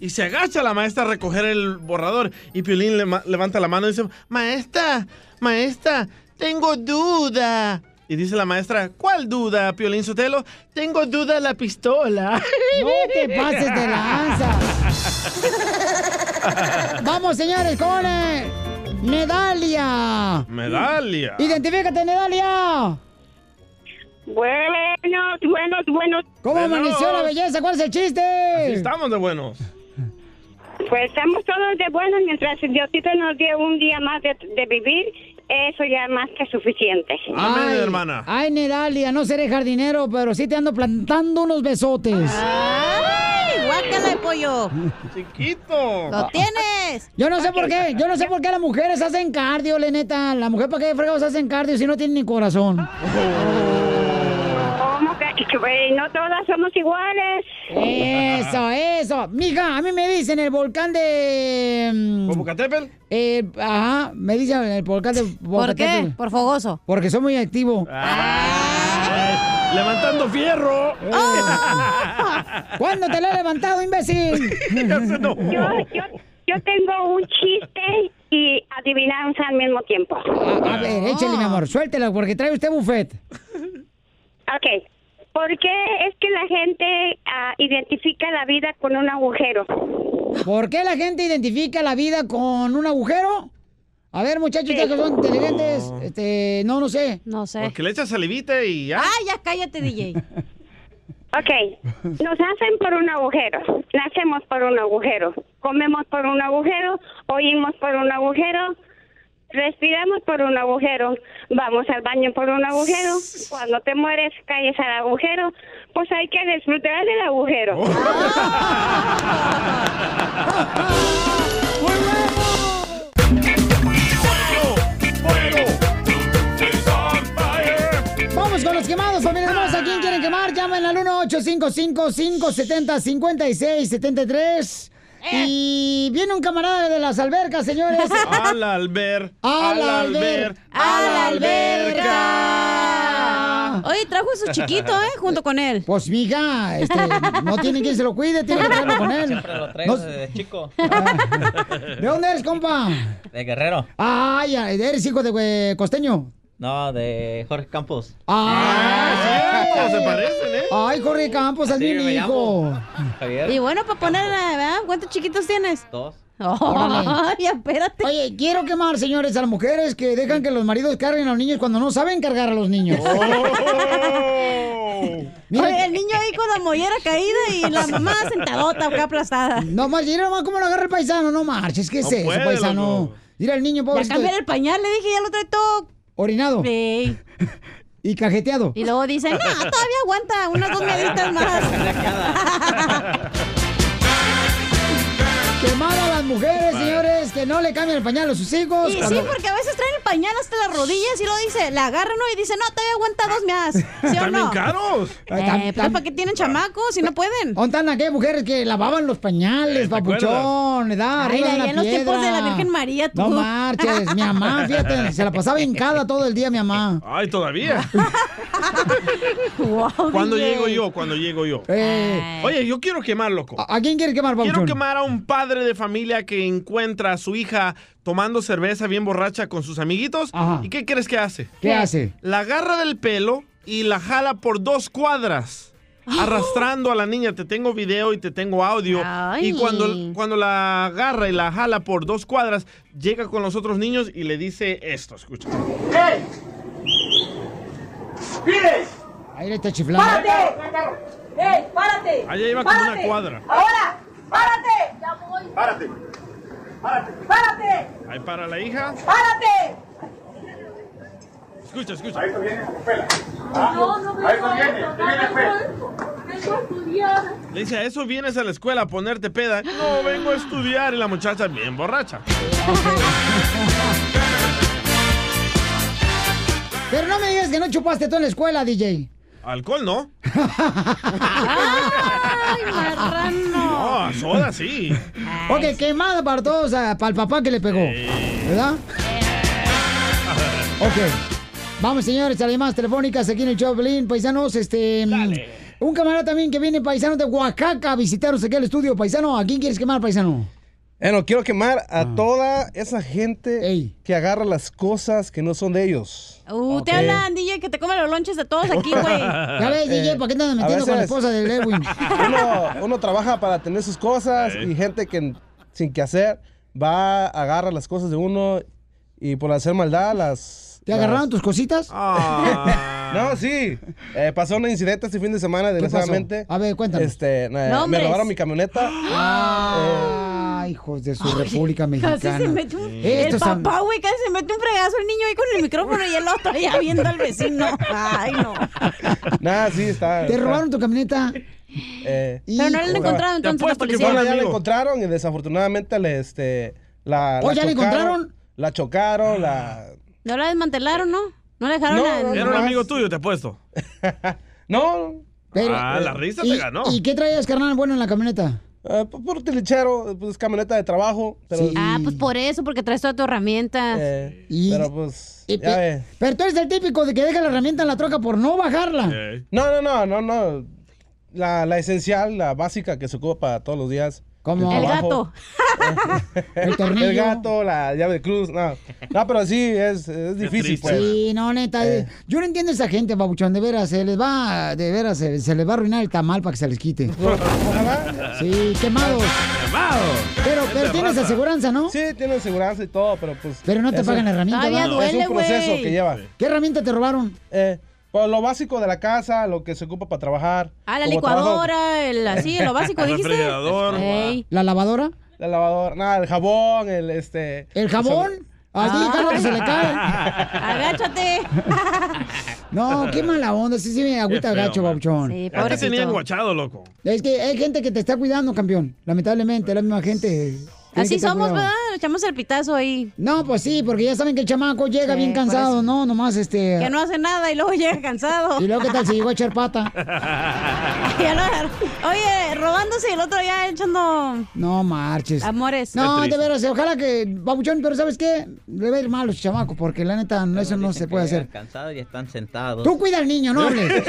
Speaker 5: Y se agacha la maestra a recoger el borrador. Y Piolín lema- levanta la mano y dice, maestra, maestra, tengo duda. Y dice la maestra, ¿cuál duda, Piolín Sotelo? Tengo duda de la pistola.
Speaker 2: No te pases de lanza. Vamos, señores, con eh, Nedalia.
Speaker 5: Medalia.
Speaker 2: Identifícate, Nedalia.
Speaker 21: Buenos, buenos, buenos.
Speaker 2: ¿Cómo
Speaker 5: Buenos.
Speaker 2: amaneció la belleza? ¿Cuál es el chiste?
Speaker 5: Así estamos de buenos.
Speaker 22: Pues estamos todos de buenos mientras Diosito nos dio un día más de, de vivir, eso ya es más que suficiente.
Speaker 2: Ay, Ay, Nedalia, no seré jardinero, pero sí te ando plantando unos besotes.
Speaker 13: ¡Ay, guácala de pollo!
Speaker 5: ¡Chiquito!
Speaker 13: ¡Lo tienes!
Speaker 2: Ah. Yo no sé por qué, yo no sé por qué las mujeres hacen cardio, la neta. La mujer para qué fregados hacen cardio si no tiene ni corazón.
Speaker 22: ¿Cómo que, Güey, no todas somos iguales.
Speaker 2: Eso, eso. Mija, a mí me dicen el volcán de.
Speaker 5: ¿Popocatépetl?
Speaker 2: Eh, ajá, me dicen el volcán de
Speaker 13: ¿Por
Speaker 2: Popocatépetl.
Speaker 13: qué? Por fogoso.
Speaker 2: Porque soy muy activo.
Speaker 5: Ah. ¡Levantando fierro!
Speaker 2: Eh. ¿Cuándo te lo he levantado, imbécil?
Speaker 22: Yo, yo, yo tengo un chiste y adivinanza al mismo tiempo.
Speaker 2: A
Speaker 5: Ah.
Speaker 2: ver, échale, mi amor, suéltela, porque trae usted buffet.
Speaker 22: Ok. ¿Por qué es que la gente ah, identifica la vida con un agujero?
Speaker 2: ¿Por qué la gente identifica la vida con un agujero? A ver, muchachos, ustedes que son inteligentes, este, no, no sé.
Speaker 13: No sé.
Speaker 5: Porque le echas salivita y ya.
Speaker 13: Ah, ya cállate, DJ.
Speaker 22: Ok, nos hacen por un agujero, nacemos por un agujero, comemos por un agujero, oímos por un agujero, respiramos por un agujero, vamos al baño por un agujero, cuando te mueres caes al agujero, pues hay que disfrutar del agujero.
Speaker 2: Vamos con los quemados, familia hermosa. ¿Quién quieren quemar? Llamen al 1-855-570-5673. Y viene un camarada de las albercas, señores.
Speaker 5: Al alber,
Speaker 2: Al
Speaker 5: al
Speaker 2: alber,
Speaker 5: alber,
Speaker 2: al
Speaker 13: Oye, trajo su chiquito, ¿eh? Junto con él.
Speaker 2: Pues, mija, este, no tiene quien se lo cuide, tiene que traerlo con él.
Speaker 23: Siempre lo traigo
Speaker 2: No-
Speaker 23: desde chico.
Speaker 2: ¿De dónde eres, compa?
Speaker 23: De Guerrero.
Speaker 2: Ay, ay, eres hijo de güey, costeño.
Speaker 23: No, de Jorge Campos. Ah,
Speaker 2: Ay,
Speaker 23: se parecen, ¿eh?
Speaker 2: Ah, Ay, Jorge Campos, es
Speaker 23: Así
Speaker 2: mi
Speaker 23: me
Speaker 2: hijo.
Speaker 23: llamo. Javier.
Speaker 13: Y bueno, para poner, ¿verdad? ¿Cuántos chiquitos tienes?
Speaker 23: Dos.
Speaker 13: Ay, espérate.
Speaker 2: Oye, quiero quemar, señores, a las mujeres que dejan que los maridos carguen a los niños cuando no saben cargar a los niños.
Speaker 13: Oh.
Speaker 2: Mira-
Speaker 13: Oye, el niño ahí con la mollera caída y la mamá sentadota acá aplastada.
Speaker 2: No más, mira nomás cómo lo agarra el paisano, no marches, ¿qué es
Speaker 13: No
Speaker 2: eso,
Speaker 13: puede,
Speaker 2: paisano?
Speaker 13: loco.
Speaker 2: Mira el niño,
Speaker 13: Ya
Speaker 2: pobrecito.
Speaker 13: cambiar el pañal, le dije, ya lo trae todo.
Speaker 2: Orinado.
Speaker 13: Sí.
Speaker 2: Y cajeteado.
Speaker 13: Y luego dicen, no, todavía aguanta unas dos meditas más.
Speaker 2: Quemar a las mujeres, señores, que no le cambien el pañal a sus hijos.
Speaker 13: Y sí,
Speaker 2: cuando-
Speaker 13: porque a veces traen el pañal hasta las rodillas y lo dice, la agarran ¿no? y dicen, no, todavía aguanta dos más. ¿Sí o
Speaker 2: Están bien
Speaker 13: no?
Speaker 2: caros.
Speaker 13: Eh, pues, ¿Para qué tienen chamacos si no pueden?
Speaker 2: ¿Ontan a qué mujeres que lavaban los pañales, papuchón? ¿Edad?
Speaker 13: Ay,
Speaker 2: Arriba de
Speaker 13: ahí
Speaker 2: una
Speaker 13: en los tiempos de la
Speaker 2: piedra.
Speaker 13: Virgen María, tú.
Speaker 2: No marches, mi mamá, fíjate, se la pasaba hincada todo el día mi mamá.
Speaker 5: Ay, todavía. Cuando llego yo, cuando llego yo.
Speaker 2: Eh.
Speaker 5: Oye, yo quiero quemar, loco.
Speaker 2: ¿A quién quiere quemar,
Speaker 5: Quiero
Speaker 2: Papuchón?
Speaker 5: quemar a un padre de familia que encuentra a su hija tomando cerveza bien borracha con sus amiguitos. ¿Y qué crees que hace?
Speaker 2: ¿Qué hace?
Speaker 5: La agarra del pelo y la jala por dos cuadras. Arrastrando a la niña, te tengo video y te tengo audio. Y cuando, cuando la agarra y la jala por dos cuadras, llega con los otros niños y le dice esto, escucha.
Speaker 3: ¡Ey! ¡Pires!
Speaker 2: Ahí le está chiflando.
Speaker 3: ¡Párate! ¡Ey, párate!
Speaker 5: Allá iba como una
Speaker 3: ¡Párate!
Speaker 5: cuadra.
Speaker 3: ¡Ahora! ¡Párate! ¡Ya voy! ¡Párate! ¡Párate! ¡Párate!
Speaker 5: Ahí para la hija.
Speaker 3: ¡Párate!
Speaker 5: Escucha, escucha.
Speaker 3: No, no me
Speaker 5: Ahí
Speaker 3: digas
Speaker 5: conviene,
Speaker 3: eso,
Speaker 5: te viene
Speaker 3: no, Vengo a estudiar.
Speaker 5: Le dice, ¿a eso vienes a la escuela a ponerte peda? No, vengo a estudiar. Y la muchacha bien borracha.
Speaker 2: Pero no me digas que no chupaste tú en la escuela, DJ.
Speaker 5: Alcohol no.
Speaker 2: ¡Ay,
Speaker 3: pues.
Speaker 23: Ah,
Speaker 3: Ah,
Speaker 5: No, a soda sí.
Speaker 2: Ok, quemada para todos, ah, para el papá que le pegó. ¿Verdad? Ok. Vamos, señores, a las llamadas telefónicas aquí en el Choplin, paisanos, este... Un camarada también que viene paisano de Oaxaca a visitarnos aquí al estudio, paisano. ¿A quién quieres quemar, paisano?
Speaker 24: Bueno, Eh, quiero quemar a toda esa gente que agarra las cosas que no son de ellos.
Speaker 13: Uh, te
Speaker 24: Ok.
Speaker 13: hablan, DJ, que te comen los lonches de todos aquí, güey.
Speaker 24: Ya ves, DJ, ¿para qué andas metiendo Eh, A con la veces- esposa
Speaker 2: del Edwin?
Speaker 24: Uno, uno trabaja para tener sus cosas y gente que sin que hacer va, agarra las cosas de uno y por hacer maldad las... Ah,
Speaker 2: ¿Te agarraron tus cositas?
Speaker 24: No, sí. Eh, pasó un incidente este fin de semana, desgraciadamente.
Speaker 2: A ver, cuéntame.
Speaker 24: Este, eh, me
Speaker 2: Nombres.
Speaker 24: robaron mi camioneta. Eh,
Speaker 2: Ah, hijos de su República Mexicana.
Speaker 13: Casi se mete un...
Speaker 2: Estos
Speaker 13: el
Speaker 2: son-
Speaker 13: papá, güey, casi se mete un fregazo el niño ahí con el micrófono y el otro allá viendo al vecino. Ay, no.
Speaker 24: Nada, sí, está.
Speaker 2: ¿Te
Speaker 24: está-
Speaker 2: robaron tu camioneta?
Speaker 24: Eh,
Speaker 2: Pero no la han
Speaker 24: Hijo.
Speaker 2: encontrado, Te entonces, la apuesto que policía. fue un
Speaker 24: No, ya la
Speaker 2: amigo.
Speaker 24: encontraron y desafortunadamente le, este, la,
Speaker 13: ¿Oh, ya la
Speaker 24: chocaron,
Speaker 13: encontraron?
Speaker 24: La chocaron, la...
Speaker 13: No la desmantelaron, ¿no? No la dejaron la-
Speaker 24: No,
Speaker 5: Era un amigo tuyo, te apuesto.
Speaker 24: No,
Speaker 5: Ah, la risa
Speaker 2: eh, ¿y,
Speaker 5: te ganó.
Speaker 2: ¿Y qué traías, carnal, bueno, en la camioneta?
Speaker 24: Eh, pu- puro tilichero, pues camioneta de trabajo. Pero,
Speaker 13: Ah, pues por eso, porque traes todas tus herramientas.
Speaker 24: eh,
Speaker 2: Ah. Y-
Speaker 24: pero pues.
Speaker 2: y
Speaker 24: ya
Speaker 2: pe-
Speaker 24: ve.
Speaker 2: Pero tú eres el típico de que deja la herramienta en la troca por no bajarla.
Speaker 24: No, no, no, no, no. La, la esencial, la básica que se ocupa todos los días.
Speaker 2: Como El
Speaker 24: trabajo.
Speaker 2: El tornillo.
Speaker 24: El gato, la llave de cruz. No, no pero sí, es, es difícil. pues.
Speaker 2: Sí, no, neta. Yo no entiendo a esa gente, babuchón. De veras, se les va, de veras, se, se les va a arruinar el tamal para que se les quite. Ojalá. Sí, quemados.
Speaker 5: ¡Quemado!
Speaker 2: Pero, pero tienes aseguranza, ¿no?
Speaker 24: Sí, tiene aseguranza y todo, pero pues.
Speaker 2: Pero no te
Speaker 24: es
Speaker 2: pagan
Speaker 24: un-
Speaker 2: la herramienta.
Speaker 24: es
Speaker 2: ¿verdad?
Speaker 24: un proceso que lleva.
Speaker 2: ¿Qué herramienta te robaron?
Speaker 24: Eh, pues, lo básico de la casa, lo que se ocupa para trabajar.
Speaker 13: Ah, la
Speaker 24: Como trabajo-
Speaker 13: licuadora, el así, lo básico, dijiste. Ey.
Speaker 2: ¿La lavadora?
Speaker 24: La lavadora. Nada, el jabón, el este.
Speaker 2: ¿El jabón? Así,
Speaker 24: Ah.
Speaker 2: Carlos, que se le cae.
Speaker 13: Agáchate.
Speaker 2: No, qué mala onda. Sí, sí, me agüita
Speaker 5: Qué feo,
Speaker 2: gacho,
Speaker 5: man.
Speaker 2: babuchón.
Speaker 5: Ya te tenía guachado, loco.
Speaker 2: Es que hay gente que te está cuidando, campeón. Lamentablemente, la misma gente. Tiene que
Speaker 13: Así
Speaker 2: estar
Speaker 13: somos,
Speaker 2: cuidado.
Speaker 13: ¿verdad? Le echamos el pitazo ahí.
Speaker 2: No, pues sí, porque ya saben que el chamaco llega
Speaker 13: Sí,
Speaker 2: bien
Speaker 13: por
Speaker 2: cansado,
Speaker 13: eso.
Speaker 2: ¿no? Nomás este.
Speaker 13: Que no hace nada y luego llega cansado.
Speaker 2: Y luego, ¿qué tal si llegó a echar pata?
Speaker 13: Ya lo agarró. Oye, robándose y el otro ya echando
Speaker 2: No marches.
Speaker 13: amores.
Speaker 2: No, de veras, ojalá que. Babuchón, pero ¿sabes qué? Le va a ir mal a los chamacos, porque la neta, no, eso no se puede hacer.
Speaker 23: Cansados y están sentados.
Speaker 2: Tú cuida al niño, no hables.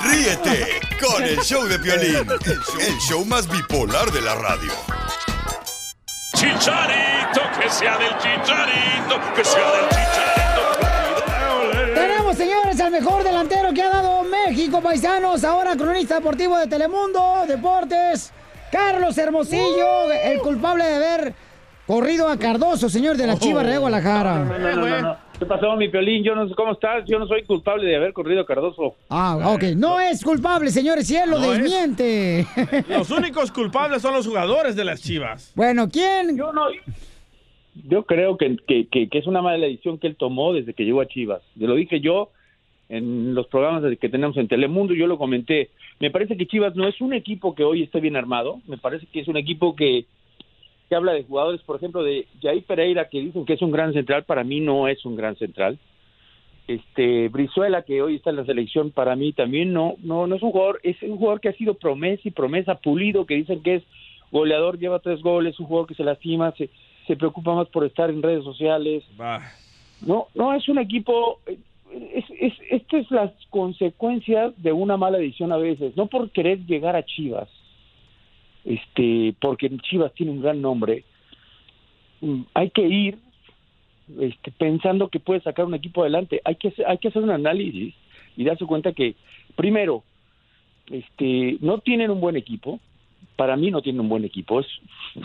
Speaker 11: Ríete con el show de Piolín, el show más bipolar de la radio.
Speaker 8: Chicharito, que sea del chicharito, que sea del chicharito.
Speaker 2: Tenemos, señores, al mejor delantero que ha dado México, paisanos. Ahora cronista deportivo de Telemundo, Deportes. Carlos Hermosillo,
Speaker 25: Uh.
Speaker 2: el culpable de haber corrido a Cardoso, señor
Speaker 25: Oh.
Speaker 2: de la Chiva de Guadalajara.
Speaker 25: No, no, no, no. ¿Qué pasó, mi Piolín? Yo no sé cómo estás. Yo no soy culpable de haber corrido a Cardoso.
Speaker 2: Ah, ok. No es culpable, señores, si él lo
Speaker 25: No es.
Speaker 2: desmiente.
Speaker 5: Los únicos culpables son los jugadores de las chivas.
Speaker 2: Bueno, ¿quién?
Speaker 25: Yo no. Yo creo que, que- que- que es una mala decisión que él tomó desde que llegó a Chivas. Yo lo dije yo en los programas que tenemos en Telemundo, yo lo comenté. Me parece que Chivas no es un equipo que hoy esté bien armado. Me parece que es un equipo que, que habla de jugadores, por ejemplo, de Jair Pereira, que dicen que es un gran central. Para mí no es un gran central. Este Brizuela, que hoy está en la selección, para mí también no, no, no es un jugador, es un jugador que ha sido promesa y promesa pulido, que dicen que es goleador, lleva tres goles, un jugador que se lastima, se, se preocupa más por estar en redes sociales. No, no es un equipo. eh, Es, es, estas es las consecuencias de una mala decisión a veces, no por querer llegar a Chivas, este, porque Chivas tiene un gran nombre. Mm, Hay que ir este, pensando que puede sacar un equipo adelante. Hay que, hacer- hay que hacer un análisis y darse cuenta que, primero, este, no tienen un buen equipo. Para mí no tienen un buen equipo. Es,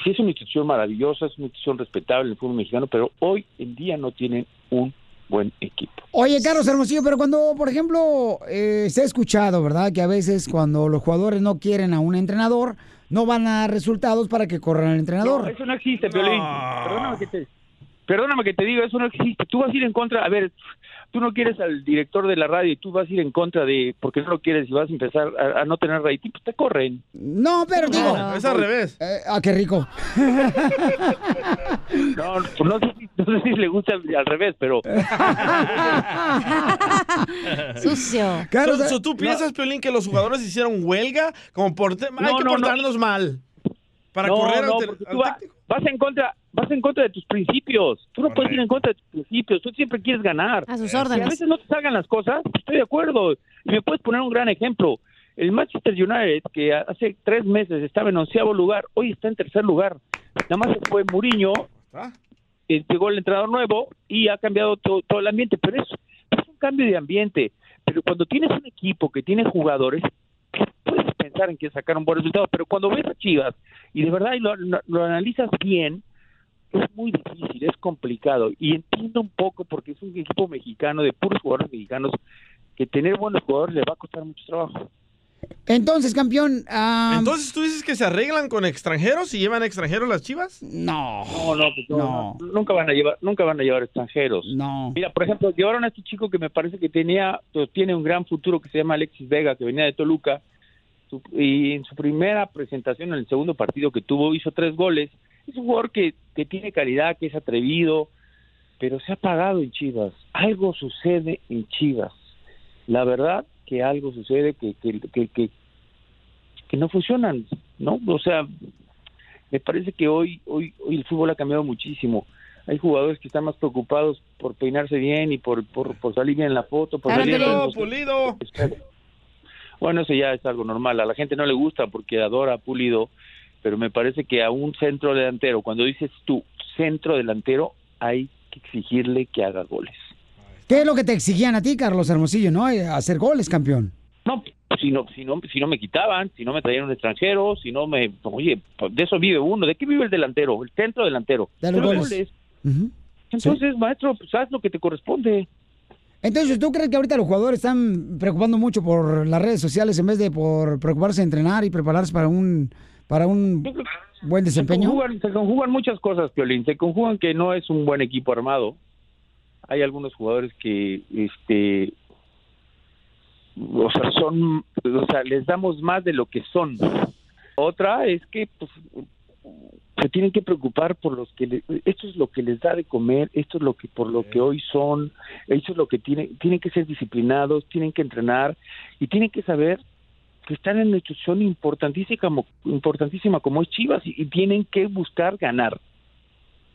Speaker 25: sí es una institución maravillosa, es una institución respetable en el fútbol mexicano, pero hoy en día no tienen un buen equipo.
Speaker 2: Oye, Carlos Hermosillo, pero cuando, por ejemplo, eh, se ha escuchado, ¿verdad? Que a veces cuando los jugadores no quieren a un entrenador, no van a dar resultados para que corran al
Speaker 25: No,
Speaker 2: entrenador.
Speaker 25: eso no existe, Piolín. Perdóname que te... Perdóname que te digo, eso no existe. Tú vas a ir en contra, a ver, tú no quieres al director de la radio y tú vas a ir en contra de, porque no lo quieres y vas a empezar a, a no tener rating, pues te corren.
Speaker 2: No, pero digo.
Speaker 25: es al revés.
Speaker 2: Eh, ah, qué rico.
Speaker 25: No, no, no sé, si- no sé si le gusta al, al revés, pero...
Speaker 13: Sucio.
Speaker 5: So- so, ¿Tú piensas, Piolín, que los jugadores hicieron huelga? Como por te- hay
Speaker 25: No,
Speaker 5: que
Speaker 25: no, no.
Speaker 5: portarnos mal. Para correr al te-
Speaker 25: porque
Speaker 5: al
Speaker 25: tú va- vas en contra vas en contra de tus principios tú no puedes ir en contra de tus principios tú siempre quieres ganar
Speaker 13: A sus
Speaker 25: Si
Speaker 13: órdenes.
Speaker 25: a veces no te salgan las cosas estoy de acuerdo y me puedes poner un gran ejemplo el Manchester United que hace tres meses estaba en onceavo lugar hoy está en tercer lugar nada más se fue Mourinho eh, llegó el entrenador nuevo y ha cambiado to- todo el ambiente pero es, es un cambio de ambiente pero cuando tienes un equipo que tiene jugadores puedes pensar en que sacaron buenos resultados, pero cuando ves a Chivas y de verdad y lo, lo- lo analizas bien, es muy difícil, es complicado. Y entiendo un poco porque es un equipo mexicano de puros jugadores mexicanos que tener buenos jugadores les va a costar mucho trabajo.
Speaker 2: Entonces, campeón. ah,
Speaker 5: Entonces tú dices que se arreglan con extranjeros y llevan extranjeros las Chivas?
Speaker 2: No.
Speaker 25: No, no, pues no, no, nunca van a llevar, nunca van a llevar extranjeros.
Speaker 2: No.
Speaker 25: Mira, por ejemplo, llevaron a este chico que me parece que tenía, o tiene un gran futuro que se llama Alexis Vega, que venía de Toluca, Su- y en su primera presentación, en el segundo partido que tuvo, hizo tres goles. Es un jugador que, que tiene calidad, que es atrevido, pero se ha apagado en Chivas. Algo sucede en Chivas. La verdad, que algo sucede que, que, que, que, que no funcionan, ¿no? O sea, me parece que hoy, hoy, hoy el fútbol ha cambiado muchísimo. Hay jugadores que están más preocupados por peinarse bien y por, por, por salir bien en la foto. Por salir bien en
Speaker 5: Pulido,
Speaker 25: los-
Speaker 5: pulido.
Speaker 25: bueno, eso ya es algo normal. A la gente no le gusta porque adora a Pulido, pero me parece que a un centro delantero, cuando dices tú centro delantero, hay que exigirle que haga goles.
Speaker 2: ¿Qué es lo que te exigían a ti, Carlos Hermosillo, no? Eh, Hacer goles, campeón.
Speaker 25: No, si no, si no, si no me quitaban, si no me traían un extranjero, si no me, oye, pues, de eso vive uno. ¿De qué vive el delantero? El centro delantero.
Speaker 2: De los
Speaker 25: Pero
Speaker 2: goles. Ujú.
Speaker 25: Entonces, maestro, pues haz lo que te corresponde.
Speaker 2: Entonces, ¿tú crees que ahorita los jugadores están preocupando mucho por las redes sociales en vez de por preocuparse de entrenar y prepararse para un para un buen
Speaker 25: Se
Speaker 2: desempeño?
Speaker 25: conjugan, se conjugan muchas cosas, Piolín. Se conjugan que no es un buen equipo armado. Hay algunos jugadores que, este, o sea, son, o sea, les damos más de lo que son. Otra es que, pues, se tienen que preocupar por los que le- esto es lo que les da de comer, esto es lo que por lo que hoy son, esto es lo que tienen, tienen que ser disciplinados, tienen que entrenar y tienen que saber que están en una institución importantísima, como- importantísima como es Chivas y, y tienen que buscar ganar.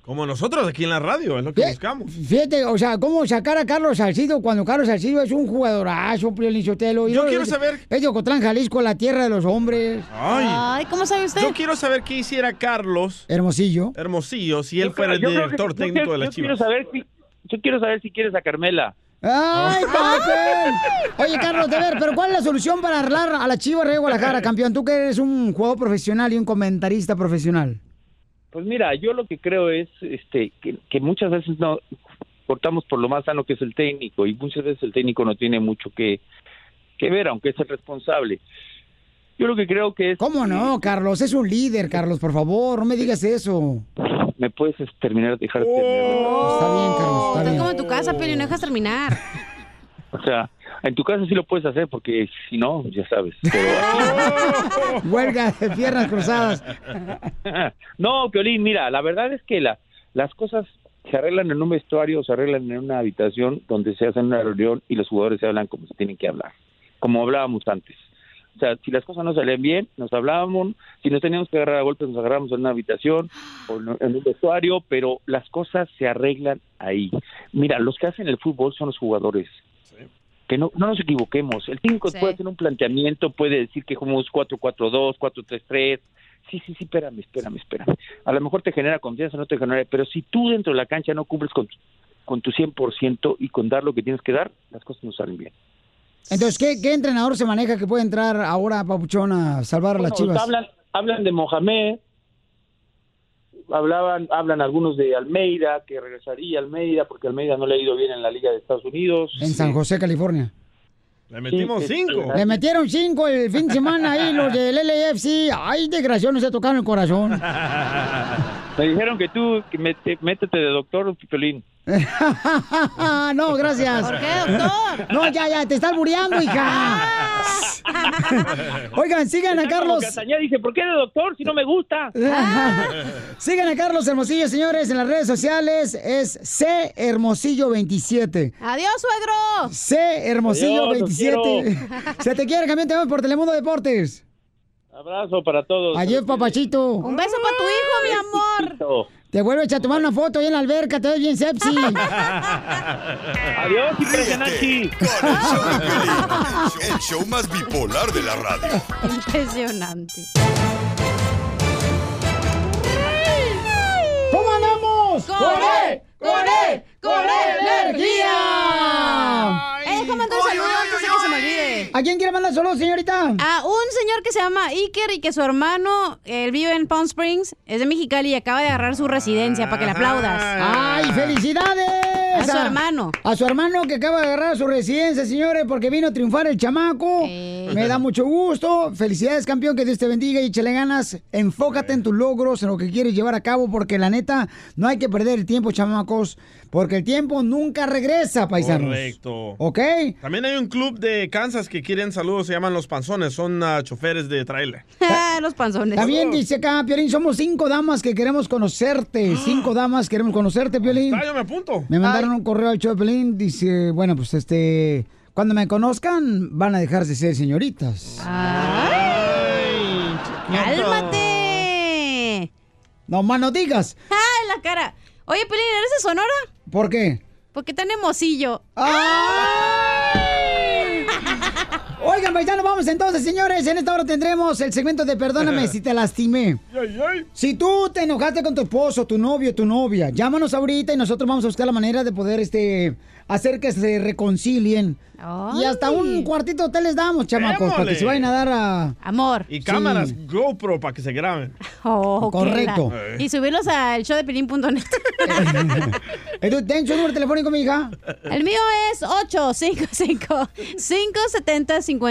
Speaker 5: Como nosotros aquí en la radio, es lo que buscamos.
Speaker 2: Fíjate, o sea, ¿cómo sacar a Carlos Salcido cuando Carlos Salcido es un jugadorazo, Piolín Sotelo? Y
Speaker 5: Yo
Speaker 2: luego
Speaker 5: quiero
Speaker 2: es-
Speaker 5: saber-
Speaker 2: Es de Ocotlán, Jalisco, la tierra de los hombres.
Speaker 5: Ay. Ay,
Speaker 2: ¿cómo sabe
Speaker 5: Yo quiero saber qué hiciera Carlos
Speaker 2: Hermosillo.
Speaker 5: Hermosillo si él
Speaker 25: Yo
Speaker 5: fuera el
Speaker 25: creo- yo creo
Speaker 5: director
Speaker 25: que- yo
Speaker 5: técnico
Speaker 25: quiero-
Speaker 5: de las
Speaker 25: yo quiero
Speaker 5: Chivas.
Speaker 25: saber si, yo quiero saber si quieres a Carmela.
Speaker 2: ¡Ay, papel! Oye, Carlos, de ver, pero ¿cuál es la solución para arreglar a la Chivas Rey Guadalajara, campeón? Tú que eres un jugador profesional y un comentarista profesional.
Speaker 25: Pues mira, yo lo que creo es este que, que muchas veces no cortamos por lo más sano que es el técnico y muchas veces el técnico no tiene mucho que, que ver, aunque es el responsable. Yo lo que creo que es...
Speaker 2: ¿Cómo no, Carlos? Es un líder, Carlos, por favor, no me digas eso.
Speaker 25: ¿Me puedes es, terminar de dejar
Speaker 2: Oh. Está bien, Carlos, está
Speaker 13: Estás
Speaker 2: bien.
Speaker 13: como en tu casa, pero no dejas terminar.
Speaker 25: O sea, en tu casa sí lo puedes hacer porque si no, ya sabes. Pero...
Speaker 2: Huelga de piernas cruzadas.
Speaker 25: no, Piolín, mira, la verdad es que la, las cosas se arreglan en un vestuario, se arreglan en una habitación donde se hace una reunión y los jugadores se hablan como se tienen que hablar, como hablábamos antes. O sea, si las cosas no salían bien, nos hablábamos, si nos teníamos que agarrar a golpes, nos agarramos en una habitación o en en un vestuario, pero las cosas se arreglan ahí. Mira, los que hacen el fútbol son los jugadores. Que no, no nos equivoquemos. El técnico
Speaker 15: Sí.
Speaker 25: puede hacer un planteamiento, puede decir que jugamos 4-4-2, 4-3-3. Sí, sí, sí, espérame, espérame, espérame. A lo mejor te genera confianza, no te genera, pero si tú dentro de la cancha no cumples con, tu- con tu 100% y con dar lo que tienes que dar, las cosas no salen bien.
Speaker 2: Entonces, ¿qué, qué entrenador se maneja que puede entrar ahora, Papuchón, a salvar a las
Speaker 25: Bueno,
Speaker 2: Chivas?
Speaker 25: Hablan, hablan de Mohamed, hablaban, hablan algunos de Almeida, que regresaría Almeida, porque Almeida no le ha ido bien en la Liga de Estados Unidos.
Speaker 2: En San José, California.
Speaker 5: Le metimos
Speaker 25: Sí,
Speaker 5: cinco.
Speaker 2: Le metieron cinco el fin de semana ahí los del LFC. Ay, desgraciados, se tocaron el corazón.
Speaker 25: Me dijeron que tú, que mete- métete de doctor, Piolín.
Speaker 2: no, gracias.
Speaker 25: ¿Por qué, doctor?
Speaker 2: No, ya, ya, te estás muriendo, hija. Oigan, sigan a
Speaker 25: Está como
Speaker 2: Carlos.
Speaker 25: Castañeda, dice, ¿por qué de doctor si no me gusta?
Speaker 2: Sigan a Carlos Hermosillo, señores, en las redes sociales. Es C Hermosillo 27.
Speaker 13: Adiós, suegro.
Speaker 2: C Hermosillo
Speaker 13: Adiós, los
Speaker 2: 27.
Speaker 13: quiero.
Speaker 2: Se te quiere, campeón, te vemos por Telemundo Deportes.
Speaker 25: Abrazo para todos.
Speaker 2: Ayer, papachito. Un
Speaker 13: beso para tu hijo, mi amor.
Speaker 2: Te vuelve a tomar una foto ahí en la alberca, te ves bien sepsi.
Speaker 25: Adiós y Ríete
Speaker 11: con el show de Piolín, el show más bipolar de la radio.
Speaker 13: Impresionante.
Speaker 2: ¿Cómo andamos? E,
Speaker 13: ¡Con él! ¡Con él! ¡Con él!
Speaker 2: ¡Energía!
Speaker 13: Eh, déjame mandar un saludo antes de que se me olvide.
Speaker 2: ¿A quién quiere mandar saludos, señorita?
Speaker 13: A un señor que se llama Iker y que su hermano, él vive en Palm Springs, es de Mexicali y acaba de agarrar su residencia para que le aplaudas.
Speaker 2: ¡Ay, felicidades!
Speaker 13: A su hermano.
Speaker 2: A su hermano que acaba de agarrar su residencia, señores, porque vino a triunfar el chamaco. Me da mucho gusto. Felicidades, campeón, que Dios te bendiga y échale ganas. Enfócate en tus logros, en lo que quieres llevar a cabo, porque la neta, no hay que perder el tiempo, chamacos, porque el tiempo nunca regresa, paisanos.
Speaker 5: Correcto.
Speaker 2: ¿Ok?
Speaker 5: También hay un club de Kansas que quieren saludos, se llaman Los Panzones, son ah, choferes de tráiler.
Speaker 13: Los panzones.
Speaker 2: También dice acá, Piolín, somos cinco damas que queremos conocerte. Cinco damas queremos conocerte, Piolín.
Speaker 5: yo me apunto.
Speaker 2: Me mandaron un correo al show de Piolín, dice, bueno, pues este, Cuando me conozcan, van a dejarse ser señoritas.
Speaker 5: Ah.
Speaker 13: ¡Ay! ¡Cálmate!
Speaker 2: No más no digas.
Speaker 13: ¡Ay, la cara! Oye, Pelín, ¿eres de Sonora?
Speaker 2: ¿Por qué?
Speaker 13: ¿Por qué tan hermosillo?
Speaker 2: Oigan, paisanos, vamos entonces, señores. En esta hora tendremos el segmento de Perdóname si te lastimé. Si tú te enojaste con tu esposo, tu novio, tu novia, llámanos ahorita y nosotros vamos a buscar la manera de poder este, hacer que se reconcilien. Y hasta un cuartito de hotel les damos, chamacos, para que
Speaker 5: Démosle.
Speaker 2: se vayan a dar a...
Speaker 13: Amor.
Speaker 5: Y cámaras GoPro para que se graben.
Speaker 13: Oh, qué
Speaker 5: Correcto.
Speaker 13: la- Y subirlos al show de Pelín.net.
Speaker 2: Edu, ¿Ten su número telefónico, mi hija?
Speaker 13: El mío es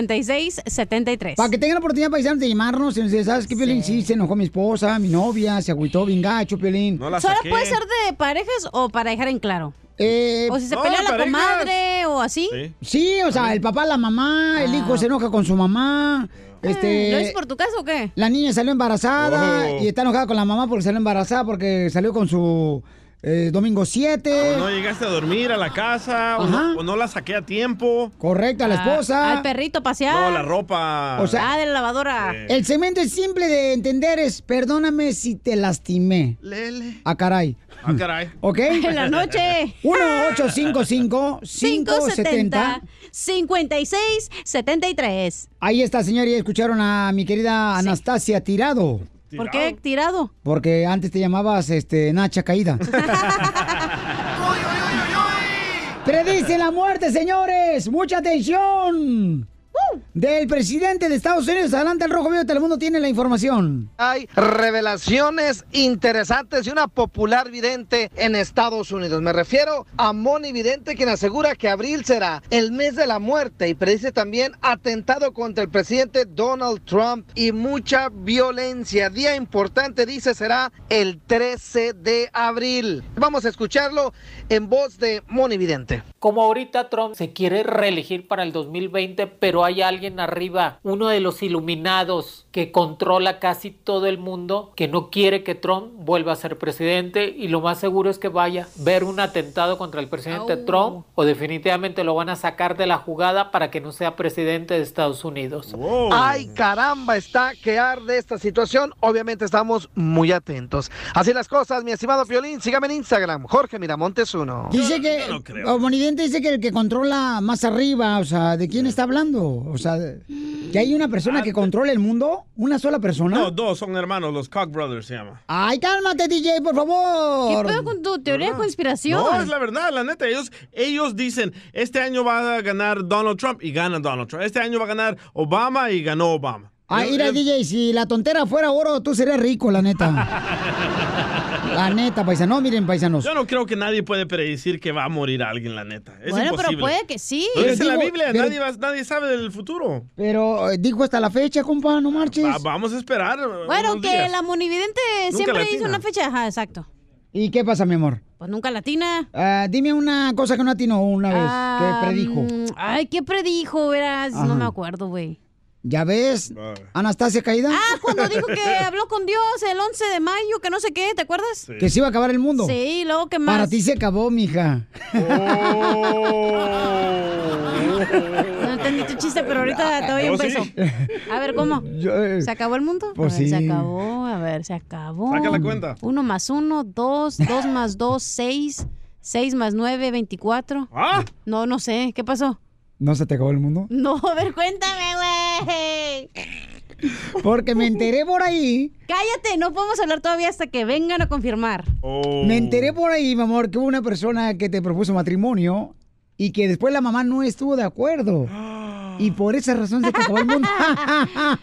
Speaker 13: 855-570-5673.
Speaker 2: Para que tengan la oportunidad, paisanos, de llamarnos y decir, ¿sabes qué, Piolín? Sí. se enojó mi esposa, mi novia, se agüitó bien gacho, Piolín.
Speaker 13: ¿Solo puede ser de parejas o para dejar en claro? o si se
Speaker 2: no,
Speaker 13: pelea
Speaker 2: de
Speaker 13: la
Speaker 2: Ah, parejas.
Speaker 13: comadre o así.
Speaker 2: Eh,
Speaker 13: Ah.
Speaker 2: Sí, o sea, el papá, la mamá, el hijo se enoja con su mamá. Este,
Speaker 13: ¿Lo dices por tu caso o qué?
Speaker 2: La niña salió embarazada
Speaker 13: Oh.
Speaker 2: y está enojada con la mamá porque salió embarazada porque salió con su eh, domingo 7.
Speaker 13: Ah,
Speaker 5: O no llegaste a dormir a la casa, o
Speaker 2: Ajá.
Speaker 5: no, o no la saqué a tiempo.
Speaker 2: Correcta, la esposa.
Speaker 13: Ah, Al perrito pasear.
Speaker 5: No, la ropa.
Speaker 2: O sea,
Speaker 13: ah, de la lavadora.
Speaker 2: El segmento es simple de entender, es perdóname si te lastimé.
Speaker 5: Lele.
Speaker 2: Ah, caray.
Speaker 5: Ah, caray.
Speaker 2: ¿Ok?
Speaker 13: En la noche.
Speaker 2: 1-855-570.
Speaker 13: 570-5673.
Speaker 2: Ahí está, señor, y escucharon a mi querida Anastasia Tirado.
Speaker 13: ¿Por qué tirado?
Speaker 2: Porque antes te llamabas este, Nacha Caída. Predice la muerte, señores. Mucha atención. Del presidente de Estados Unidos. Adelante, el Rojo Vivo de Telemundo tiene la información.
Speaker 7: Hay revelaciones interesantes de una popular vidente en Estados Unidos. Me refiero a Moni Vidente, quien asegura que abril será el mes de la muerte y predice también atentado contra el presidente Donald Trump y mucha violencia. Día importante, dice, será el 13 de abril. Vamos a escucharlo en voz de Moni Vidente.
Speaker 15: Como ahorita Trump se quiere reelegir para el 2020, pero hay alguien arriba, uno de los iluminados que controla casi todo el mundo, que no quiere que Trump vuelva a ser presidente y lo más seguro es que vaya a ver un atentado contra el presidente Trump o definitivamente lo van a sacar de la jugada para que no sea presidente de Estados Unidos.
Speaker 8: Oh.
Speaker 7: Ay, caramba, está que arde esta situación. Obviamente estamos muy atentos. Así las cosas, mi estimado Piolín. Sígame en Instagram, Jorge Miramontes 1.
Speaker 2: Dice que. Omnidente dice que el que controla más arriba, o sea, ¿de quién está hablando? O sea, ¿que hay una persona que controla el mundo? ¿Una sola persona?
Speaker 5: No, dos son hermanos, los Cock Brothers se llama.
Speaker 2: Ay, cálmate, DJ, por favor.
Speaker 13: ¿Qué pedo con tu teoría de conspiración?
Speaker 5: Ah. No, es la verdad, la neta. Ellos, ellos dicen, este año va a ganar Donald Trump y gana Donald Trump. Este año va a ganar Obama y ganó Obama.
Speaker 2: Ay, Ah, mira, DJ, si la tontera fuera oro, tú serías rico, la neta. La neta, paisano. No, miren, paisanos.
Speaker 5: Yo no creo que nadie puede predecir que va a morir alguien, la neta. Es
Speaker 13: bueno,
Speaker 5: imposible.
Speaker 13: pero puede que sí.
Speaker 5: Lo dice la
Speaker 2: digo,
Speaker 5: Biblia,
Speaker 2: pero-
Speaker 5: nadie, va- nadie sabe del futuro.
Speaker 2: Pero eh, dijo hasta la fecha, compa, no marches.
Speaker 5: Va- vamos a esperar. eh,
Speaker 13: Bueno,
Speaker 5: unos
Speaker 13: que
Speaker 5: días.
Speaker 13: la monividente
Speaker 5: Nunca
Speaker 13: siempre
Speaker 5: latina.
Speaker 13: dice una fecha. Ajá, exacto.
Speaker 2: ¿Y qué pasa, mi amor?
Speaker 13: Pues nunca latina.
Speaker 2: Ah, dime una cosa que no atinó una vez,
Speaker 13: Ah,
Speaker 2: que predijo.
Speaker 13: mm, Ay, ¿qué predijo? Verás,
Speaker 2: Ajá.
Speaker 13: no me acuerdo, güey.
Speaker 2: ¿Ya ves? Anastasia Caída.
Speaker 13: Ah, Cuando dijo que habló con Dios el 11 de mayo, que no sé qué, ¿te acuerdas?
Speaker 2: Que se iba a acabar el mundo.
Speaker 13: Sí, luego que más.
Speaker 2: Para ti se acabó, mija.
Speaker 13: No entendí tu chiste, pero ahorita te doy un beso. A ver, ¿cómo? ¿Se acabó el mundo?
Speaker 2: Pues
Speaker 13: a ver, Se
Speaker 2: sí.
Speaker 13: acabó, a ver, se acabó.
Speaker 2: Saca la cuenta.
Speaker 13: Uno más uno, dos, dos más dos, seis, seis más nueve, veinticuatro.
Speaker 5: ¿Ah?
Speaker 13: No, no sé, ¿qué pasó?
Speaker 2: ¿No se te acabó el mundo?
Speaker 13: No, a ver, cuéntame, güey.
Speaker 2: Porque me enteré por ahí.
Speaker 13: Cállate, no podemos hablar todavía hasta que vengan a confirmar.
Speaker 5: Oh.
Speaker 2: Me enteré por ahí, mi amor, que hubo una persona que te propuso matrimonio y que después la mamá no estuvo de acuerdo. Y por esa razón se te acabó el mundo.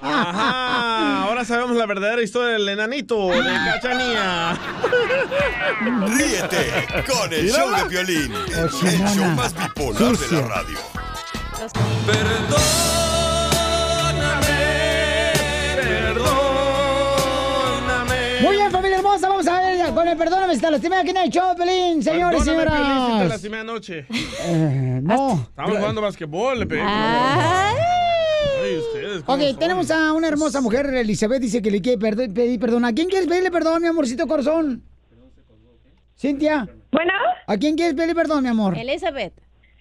Speaker 5: Ajá, ahora sabemos la verdadera historia del enanito de Cachanía.
Speaker 11: Ríete con el show de violín. El show más bipolar de la radio.
Speaker 2: Muy bien, familia hermosa, vamos a ver ya con el perdóname si te lastimé aquí en el show, Pelín, señores y
Speaker 5: Perdóname, Piolín, si te
Speaker 2: señoras.
Speaker 5: lastimé anoche.
Speaker 2: Eh, no. Ah.
Speaker 5: Estábamos jugando basquetbol, le pegué. Ay, ustedes. ¿cómo
Speaker 2: Ok,
Speaker 5: son?
Speaker 2: tenemos a una hermosa mujer, Elizabeth, dice que le quiere perder- pedir perdón. ¿A quién quieres pedirle perdón, mi amorcito corazón? Cintia.
Speaker 22: Bueno.
Speaker 2: ¿A quién quieres pedirle perdón, mi amor?
Speaker 13: Elizabeth.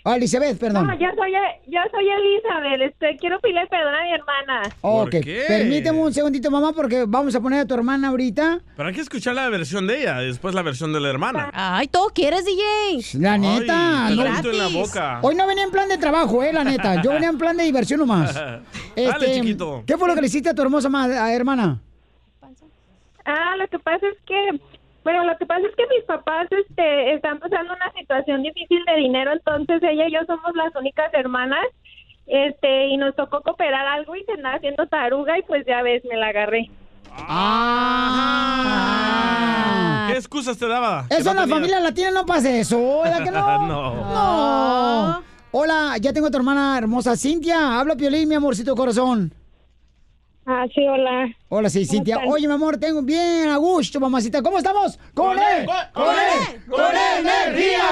Speaker 2: Ah, Elizabeth, perdón.
Speaker 22: No, yo soy, yo soy Elizabeth, este, quiero pedirle perdón a mi hermana.
Speaker 2: ok, permíteme un segundito, mamá, porque vamos a poner a tu hermana ahorita.
Speaker 5: Pero hay que escuchar la versión de ella, después la versión de la hermana.
Speaker 2: Ay, todo quieres, DJ. La neta.
Speaker 5: te lo meto en la boca.
Speaker 2: Hoy no venía en plan de trabajo, eh, la neta. Yo venía en plan de diversión nomás.
Speaker 5: Ah.
Speaker 2: Este,
Speaker 5: Dale, chiquito.
Speaker 2: ¿Qué fue lo que le hiciste a tu hermosa ma- a- hermana?
Speaker 22: Ah, lo que pasa es que, bueno, lo que pasa es que mis papás este, están pasando una situación difícil de dinero, entonces ella y yo somos las únicas hermanas, este, y nos tocó cooperar algo y se andaba haciendo taruga y pues ya ves, me la agarré.
Speaker 5: ¿Qué excusas te daba? Que
Speaker 2: Ah. Eso en
Speaker 5: no
Speaker 2: la
Speaker 5: tenías.
Speaker 2: familia latina no pasa eso, ¿verdad que no?
Speaker 5: No.
Speaker 2: No. Hola, ya tengo a tu hermana hermosa Cintia. Habla Piolín, mi amorcito corazón.
Speaker 22: Ah, sí, hola.
Speaker 2: Hola, sí,
Speaker 22: ¿Cómo
Speaker 2: Cintia.
Speaker 22: están?
Speaker 2: Oye, mi amor, tengo bien a gusto, mamacita. ¿Cómo estamos? ¡Con él! ¡Con él! ¡Con E. él, energía!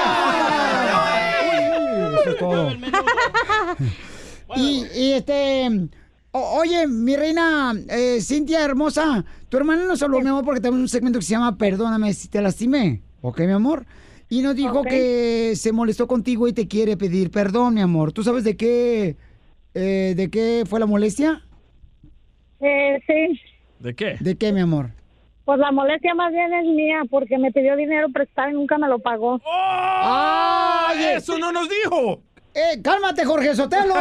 Speaker 2: Eso es todo.
Speaker 5: pues.
Speaker 2: Y, y, este... o- oye, mi reina eh, Cintia hermosa, tu hermana nos habló, mi amor, porque tenemos un segmento que se llama Perdóname si te lastimé. ¿Ok, mi amor? Y nos dijo
Speaker 6: Ok.
Speaker 2: que se molestó contigo y te quiere pedir perdón, mi amor. ¿Tú sabes de qué, eh, de qué fue la molestia?
Speaker 6: Eh, sí,
Speaker 5: ¿De qué?
Speaker 2: ¿De qué, mi amor?
Speaker 6: pues la molestia más bien es mía porque me pidió dinero prestado y nunca me lo pagó.
Speaker 2: ¡Ay!
Speaker 5: ¡Eso no nos dijo!
Speaker 2: Eh, cálmate, Jorge Sotelo.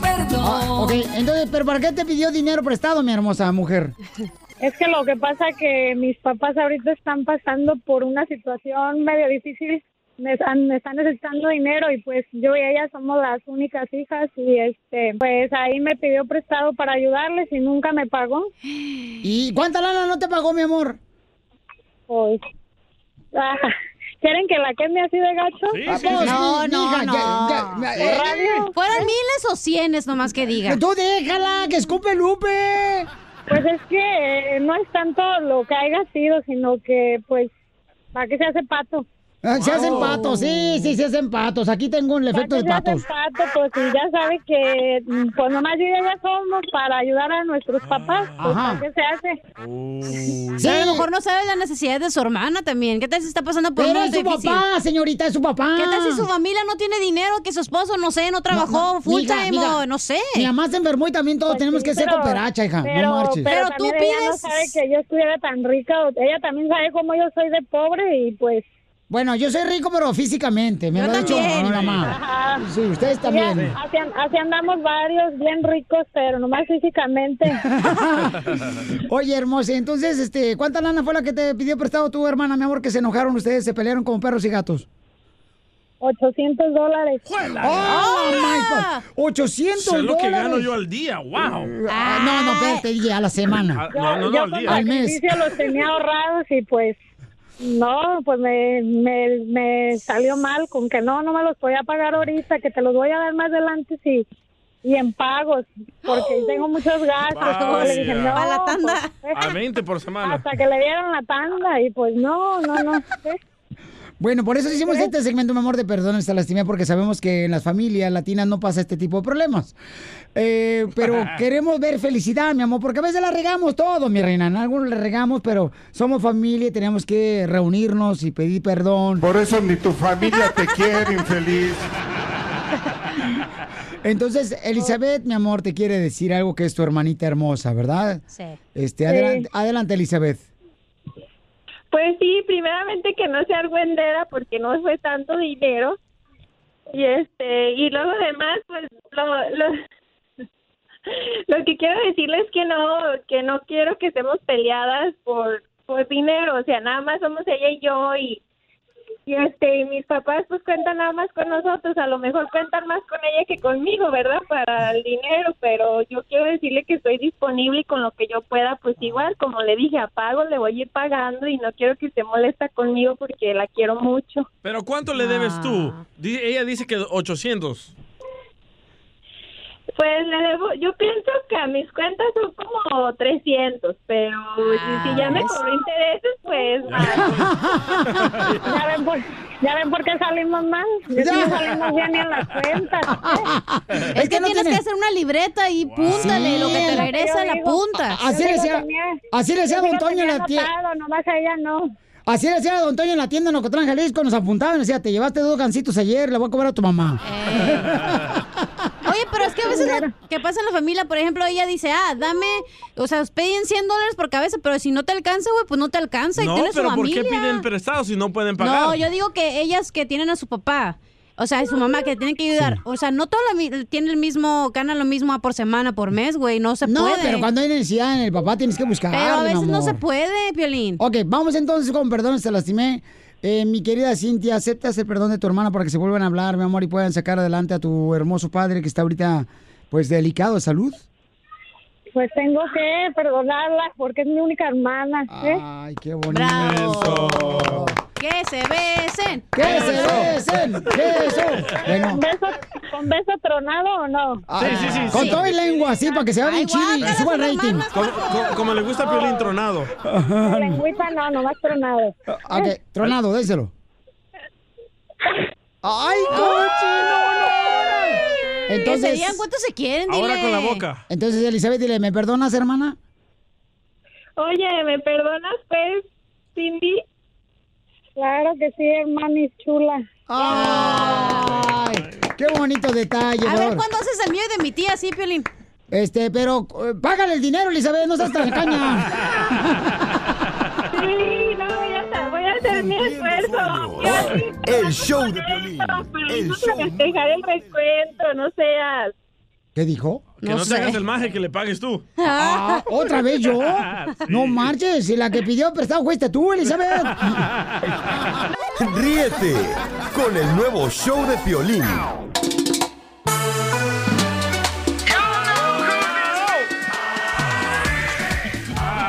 Speaker 6: perdón.
Speaker 2: Ah, ok, entonces, ¿pero para qué te pidió dinero prestado, mi hermosa mujer?
Speaker 6: Es que lo que pasa que mis papás ahorita están pasando por una situación medio difícil. Me están, me están necesitando dinero y pues yo y ella somos las únicas hijas y este pues ahí me pidió prestado para ayudarles y nunca me pagó.
Speaker 2: ¿Y cuánta lana no te pagó mi amor?
Speaker 6: Pues ah, ¿Quieren que la queme así de gacho?
Speaker 13: no, no, no.
Speaker 2: eh,
Speaker 6: Por radio.
Speaker 13: Fueran miles o cienes nomás que diga.
Speaker 2: Pues Tú déjala, que escupe Lupe.
Speaker 6: Pues es que eh, no es tanto lo que haya sido, sino que pues para qué se hace pato.
Speaker 2: Ah, Se hacen patos, sí, sí, se hacen patos. Aquí tengo el efecto de
Speaker 6: Se hace
Speaker 2: patos.
Speaker 6: pato, pues y ya sabe que mm, pues nomás yo y ella somos para ayudar a nuestros papás. Pues,
Speaker 13: Ajá.
Speaker 6: ¿para qué se hace?
Speaker 13: Sí, a lo mejor no sabe la necesidad de su hermana también. ¿Qué tal si está pasando por un
Speaker 2: Pero es su
Speaker 13: momento difícil?
Speaker 2: papá, señorita, es su papá.
Speaker 13: ¿Qué tal si su familia no tiene dinero, que su esposo, no sé, no trabajó full
Speaker 2: mija,
Speaker 13: time
Speaker 2: mija.
Speaker 13: o no sé? Pues
Speaker 2: Mi mamá se enfermó y también todos tenemos que ser
Speaker 6: pero-
Speaker 2: cooperacha, hija.
Speaker 6: Pero,
Speaker 2: no marches.
Speaker 6: pero, tú pides. Ella no sabe que yo estuviera tan rica. o- Ella también sabe cómo yo soy de pobre y pues.
Speaker 2: Bueno, yo soy rico, pero físicamente. Me
Speaker 6: Yo
Speaker 2: lo ha dicho
Speaker 6: también.
Speaker 2: mi mamá.
Speaker 6: Ajá.
Speaker 2: Sí, ustedes también.
Speaker 6: Ya, Así, así andamos varios, bien ricos, pero nomás físicamente.
Speaker 2: Oye, hermosa, entonces, este, ¿cuánta lana fue la que te pidió prestado tu hermana, mi amor, que se enojaron ustedes, se pelearon como perros y gatos?
Speaker 6: 800 dólares.
Speaker 2: ¡Oh, my God! ¡800
Speaker 5: Eso ¡Ah! es lo que gano
Speaker 2: dólares.
Speaker 5: yo al día, wow.
Speaker 2: Ah, no, no, espérate, dije, a la semana.
Speaker 5: Ah, no, no, no,
Speaker 6: yo
Speaker 5: al
Speaker 6: con
Speaker 5: día. Al mes.
Speaker 6: sacrificio los tenía ahorrados y pues no, pues me, me, me salió mal con que no, no me los podía pagar ahorita, que te los voy a dar más adelante sí, y en pagos, porque tengo muchos gastos. Como le dije, no,
Speaker 5: Oh, Vaya. A la
Speaker 6: tanda.
Speaker 5: A 20 por semana.
Speaker 6: hasta que le dieron la tanda y pues no, no, no.
Speaker 2: Bueno, por eso hicimos este segmento, mi amor, de perdón, esta lastimé, porque sabemos que en las familias latinas no pasa este tipo de problemas. Eh, pero queremos ver felicidad, mi amor, porque a veces la regamos todo, mi reina. En algunos la regamos, pero somos familia y tenemos que reunirnos y pedir perdón. Por eso ni tu familia te quiere, infeliz. Entonces, Elizabeth, mi amor, te quiere decir algo que es tu hermanita hermosa, ¿verdad?
Speaker 13: Sí.
Speaker 2: Este,
Speaker 22: Sí.
Speaker 2: adelante, adelante, Elizabeth.
Speaker 22: Pues sí, primeramente que no sea argüendera porque no fue tanto dinero. Y este, y luego además, pues lo, lo, lo que quiero decirles es que no, que no quiero que estemos peleadas por, por dinero, o sea, nada más somos ella y yo y, y este, y mis papás pues cuentan nada más con nosotros, a lo mejor cuentan más con ella que conmigo, ¿verdad? Para el dinero, pero yo quiero decirle que estoy disponible y con lo que yo pueda, pues igual, como le dije, a pago le voy a ir pagando y no quiero que esté molesta conmigo porque la quiero mucho.
Speaker 5: Pero ¿cuánto le debes tú? Di- ella dice que 800.
Speaker 22: Pues le debo, yo pienso que a mis cuentas son como 300, pero si ya me cobró intereses, pues
Speaker 6: ya, ven por, ya ven por qué salimos mal, ya que no salimos bien ni en las cuentas.
Speaker 13: Es, que, tienes que hacer una libreta y púntale
Speaker 6: Sí,
Speaker 13: lo que
Speaker 6: es
Speaker 13: te
Speaker 6: lo que
Speaker 13: regresa
Speaker 6: yo
Speaker 13: la
Speaker 6: digo.
Speaker 13: punta.
Speaker 6: Yo sí lo tenía- yo sí lo tenía
Speaker 13: tía.
Speaker 6: anotado, nomás a ella no.
Speaker 2: Así le decía a Don Toño en la tienda en Ocotlán, Jalisco, nos apuntaban, decía, te llevaste dos gancitos ayer, le voy a cobrar a tu mamá.
Speaker 13: Eh, Oye, pero es que a veces lo que pasa en la familia, por ejemplo, ella dice, ah, dame, o sea, os piden 100 dólares por cabeza, pero si no te alcanza, güey, pues no te alcanza y
Speaker 5: No,
Speaker 13: tienes
Speaker 5: pero
Speaker 13: su
Speaker 5: ¿por
Speaker 13: familia.
Speaker 5: qué piden prestado si no pueden pagar?
Speaker 13: No, yo digo que ellas que tienen a su papá, o sea, a su mamá que tienen que ayudar. O sea, no todos la mi- tienen el mismo, ganan lo mismo por semana, por mes, güey, no se
Speaker 2: No,
Speaker 13: puede.
Speaker 2: pero cuando hay necesidad en el papá tienes que buscar.
Speaker 13: Pero a veces no se puede, Piolín.
Speaker 2: Ok, vamos entonces con perdón, te lastimé. Eh, mi querida Cintia, aceptas el perdón de tu hermana para que se vuelvan a hablar, mi amor, y puedan sacar adelante a tu hermoso padre que está ahorita, pues, delicado de salud.
Speaker 6: Pues tengo que perdonarla porque es mi única hermana. ¿eh?
Speaker 2: Ay, qué bonito.
Speaker 13: Que se besen.
Speaker 2: Que se besen. Que eso. Bueno. Ah,
Speaker 6: ¿Con beso, ¿Con beso tronado o no?
Speaker 2: Con todo y lengua, así, para que se vea
Speaker 6: Ay,
Speaker 2: bien chido y
Speaker 6: guácala,
Speaker 2: suba el rating.
Speaker 5: Como, co- como le gusta a Piolín tronado.
Speaker 6: Lengüita no, nomás tronado.
Speaker 2: Ah, Ok, tronado, déselo. ¡Ay,
Speaker 6: Ah,
Speaker 2: cochino! Entonces,
Speaker 13: que se digan cuánto se quieren, dile.
Speaker 2: Entonces, Elizabeth, dile, ¿me perdonas, hermana?
Speaker 6: Oye, ¿me perdonas, pues, Cindy? Claro que sí, hermanis chula.
Speaker 2: ¡Ay! ¡Qué bonito detalle!
Speaker 13: A
Speaker 2: mi
Speaker 13: ver,
Speaker 2: amor.
Speaker 13: ¿cuándo haces el mío y de mi tía, sí, Piolín?
Speaker 2: Este, pero eh, págale el dinero, Elizabeth, no seas tan caña.
Speaker 6: Sí, no, voy a, hacer- voy a hacer mi esfuerzo.
Speaker 11: El show de Piolín.
Speaker 6: El Dejar el recuento, no seas.
Speaker 2: ¿Qué dijo?
Speaker 5: Que no, te hagas el maje que le pagues tú.
Speaker 2: Ah, ¿Otra vez yo?
Speaker 5: Sí.
Speaker 2: No marches, si la que pidió prestado fuiste tú, Elizabeth.
Speaker 11: Ríete con el nuevo show de Piolín.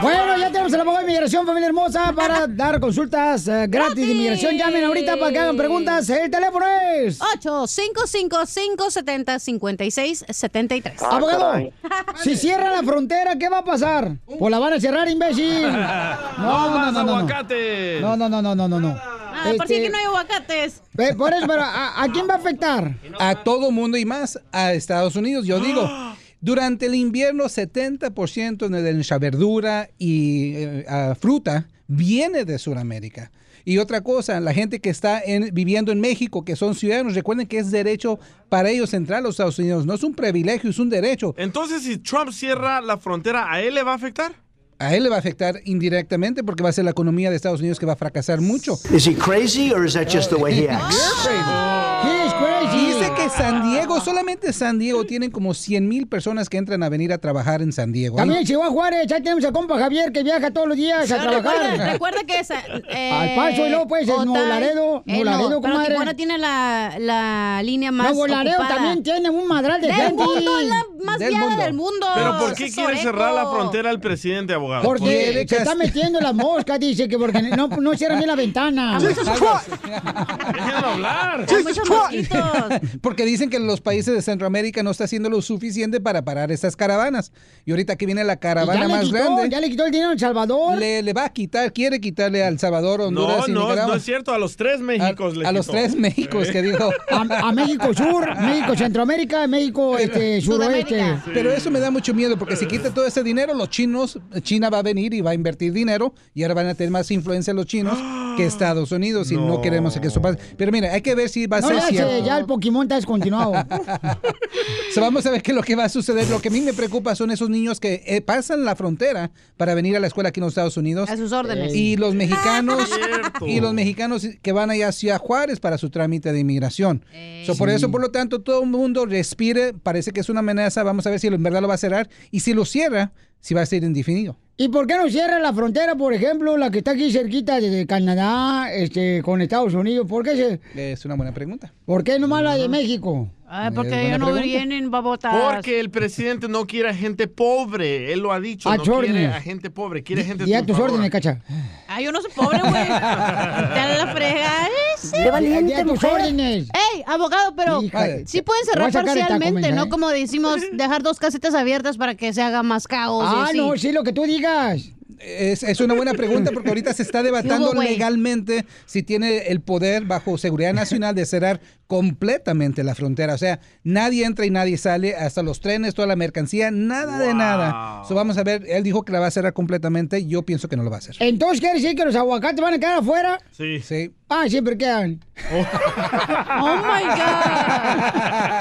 Speaker 2: Bueno, ya tenemos el abogado de inmigración, familia hermosa, para dar consultas eh, gratis de inmigración. Llamen ahorita para que hagan preguntas. El teléfono es...
Speaker 13: 855-570-5673.
Speaker 2: Abogado, si cierra la frontera, ¿qué va a pasar? Pues la van a cerrar, imbécil.
Speaker 5: No más
Speaker 13: aguacates.
Speaker 2: No, no, no, no, no, no. no.
Speaker 13: Ah, por si
Speaker 2: Este,
Speaker 13: aquí no hay aguacates.
Speaker 2: eh, por eso, pero ¿a, a quién va a afectar?
Speaker 26: A todo mundo y más a Estados Unidos. Yo digo, durante el invierno, 70% de nuestra verdura y eh, ah, fruta viene de Sudamérica. Y otra cosa, la gente que está en- viviendo en México, que son ciudadanos, recuerden que es derecho para ellos entrar a los Estados Unidos. No es un privilegio, es un derecho.
Speaker 5: Entonces, si Trump cierra la frontera, ¿a él le va a afectar?
Speaker 26: A él le va a afectar indirectamente porque va a ser la economía de Estados Unidos que va a fracasar mucho.
Speaker 27: Is he crazy or is that just the way he acts?
Speaker 26: Dice que San
Speaker 2: Ah.
Speaker 26: Diego, solamente San Diego, tienen como 100 mil personas que entran a venir a trabajar en San Diego. ¿eh?
Speaker 2: También en Chihuahua Juárez, ya tenemos a compa Javier que viaja todos los días a
Speaker 13: No, Recuerda,
Speaker 2: trabajar.
Speaker 13: recuerda que esa. eh,
Speaker 2: Al paso y luego, pues, es
Speaker 13: Otay-
Speaker 2: Nuevo Laredo,
Speaker 13: Eh,
Speaker 2: Nuevo
Speaker 13: no,
Speaker 2: Laredo,
Speaker 13: pero
Speaker 2: comadre.
Speaker 13: Tijuana tiene la, la línea más.
Speaker 2: Nuevo Laredo
Speaker 13: ocupada.
Speaker 2: también tiene un madral de
Speaker 13: Del
Speaker 2: gente.
Speaker 13: mundo, la más
Speaker 2: Del
Speaker 13: viada
Speaker 2: mundo.
Speaker 13: del mundo.
Speaker 5: ¿Pero por
Speaker 13: Eso
Speaker 5: qué
Speaker 13: es
Speaker 5: quiere
Speaker 13: oreco.
Speaker 5: cerrar la frontera el presidente, abogado?
Speaker 2: Porque se está metiendo la mosca, dice que porque no, no cierra bien la ventana.
Speaker 5: hablar!
Speaker 26: Porque dicen que los países de Centroamérica no está haciendo lo suficiente para parar estas caravanas. Y ahorita que viene la
Speaker 2: Y ya
Speaker 26: caravana
Speaker 2: le
Speaker 26: más
Speaker 2: quitó,
Speaker 26: grande.
Speaker 2: Ya le quitó el dinero a El Salvador.
Speaker 26: Le, le va a quitar, quiere quitarle al Salvador, Honduras
Speaker 5: No,
Speaker 26: y
Speaker 5: no, no
Speaker 26: Nicaragua.
Speaker 5: es cierto. A los tres Méxicos le
Speaker 26: a los
Speaker 5: quitó.
Speaker 26: tres Méxicos que dijo.
Speaker 2: A, a México Sur, México Centroamérica, México este, Suroeste.
Speaker 26: Pero eso me da mucho miedo porque si quita todo ese dinero, los chinos, China va a venir y va a invertir dinero y ahora van a tener más influencia los chinos que Estados Unidos y no, queremos que eso pase. Pero mira, hay que ver si va a
Speaker 2: No,
Speaker 26: ser
Speaker 2: ya,
Speaker 26: cierto.
Speaker 2: se- ya el Pokémon está descontinuado.
Speaker 26: So, vamos a ver qué es lo que va a suceder. Lo que a mí me preocupa son esos niños que eh, pasan la frontera para venir a la escuela aquí en los Estados Unidos.
Speaker 13: A sus órdenes.
Speaker 26: Y los mexicanos
Speaker 13: Cierto.
Speaker 26: y los mexicanos que van allá a Ciudad Juárez para su trámite de inmigración. So, por Sí. eso, por lo tanto, todo el mundo respire. Parece que es una amenaza. Vamos a ver si lo- en verdad lo va a cerrar. Y si lo cierra, si va a ser indefinido.
Speaker 2: ¿Y por qué no cierra la frontera, por ejemplo, la que está aquí cerquita de Canadá, este, con Estados Unidos? ¿Por qué, se-
Speaker 26: Es una buena pregunta.
Speaker 2: por qué nomás la de México?
Speaker 5: Ah,
Speaker 13: Ay,
Speaker 26: porque Es buena ellos no pregunta.
Speaker 13: vienen babotas.
Speaker 5: Eh, Porque el presidente no quiere a gente pobre. Él lo ha dicho.
Speaker 2: A
Speaker 5: no
Speaker 2: tus
Speaker 5: quiere
Speaker 2: órdenes.
Speaker 5: a gente pobre. Quiere gente
Speaker 2: Ah, Y a tus
Speaker 5: triunfadora.
Speaker 2: órdenes, cacha.
Speaker 13: Ay, yo no soy pobre, güey. Te dan la frega. Ay, sí.
Speaker 2: De valiente, De tus mujer. órdenes.
Speaker 13: Ey, abogado, pero
Speaker 2: Hija de-
Speaker 13: sí pueden
Speaker 2: Te voy
Speaker 13: cerrar
Speaker 2: a sacar el taco,
Speaker 13: parcialmente,
Speaker 2: mensa,
Speaker 13: ¿no?
Speaker 2: ¿eh?
Speaker 13: Como decimos, dejar dos casetas abiertas para que se haga más caos. y
Speaker 2: Ah,
Speaker 13: así.
Speaker 2: no, sí, lo que tú digas.
Speaker 26: Es, es una buena pregunta porque ahorita se está
Speaker 13: ¿Qué
Speaker 26: debatiendo
Speaker 13: hubo, güey?
Speaker 26: legalmente si tiene el poder bajo seguridad nacional de cerrar completamente la frontera. O sea, nadie entra y nadie sale, hasta los trenes, toda la mercancía, nada de nada. So, vamos a ver, él dijo que la va a cerrar completamente, yo pienso que no lo va a hacer.
Speaker 2: Entonces, ¿quiere decir que los aguacates van a quedar afuera?
Speaker 26: Sí. Sí.
Speaker 2: Ah, siempre quedan.
Speaker 13: Oh my God.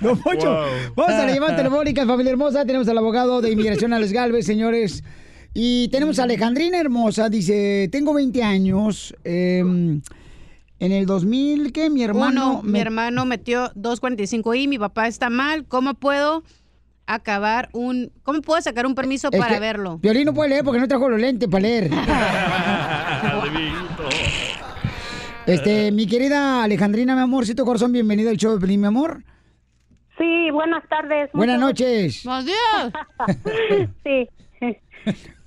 Speaker 2: Don Poncho, vamos a la llamada telefónica, familia hermosa. Tenemos al abogado de inmigración, Alex Galvez, señores. Y tenemos a Alejandrina Hermosa, dice, tengo 20 años. eh, en el 2000, que mi hermano...
Speaker 13: Uno, mi
Speaker 2: me-
Speaker 13: hermano metió 245 y mi papá está mal. ¿Cómo puedo acabar un... ¿Cómo puedo sacar un permiso
Speaker 2: Es
Speaker 13: para
Speaker 2: que
Speaker 13: verlo?
Speaker 2: Violín no puede leer porque no trajo los lentes para leer.
Speaker 28: Adivito.
Speaker 2: este, mi querida Alejandrina, mi amorcito corazón, bienvenido al show de Pelín, mi amor.
Speaker 29: Sí, buenas tardes.
Speaker 2: Buenas noches.
Speaker 13: Buenos días.
Speaker 29: sí.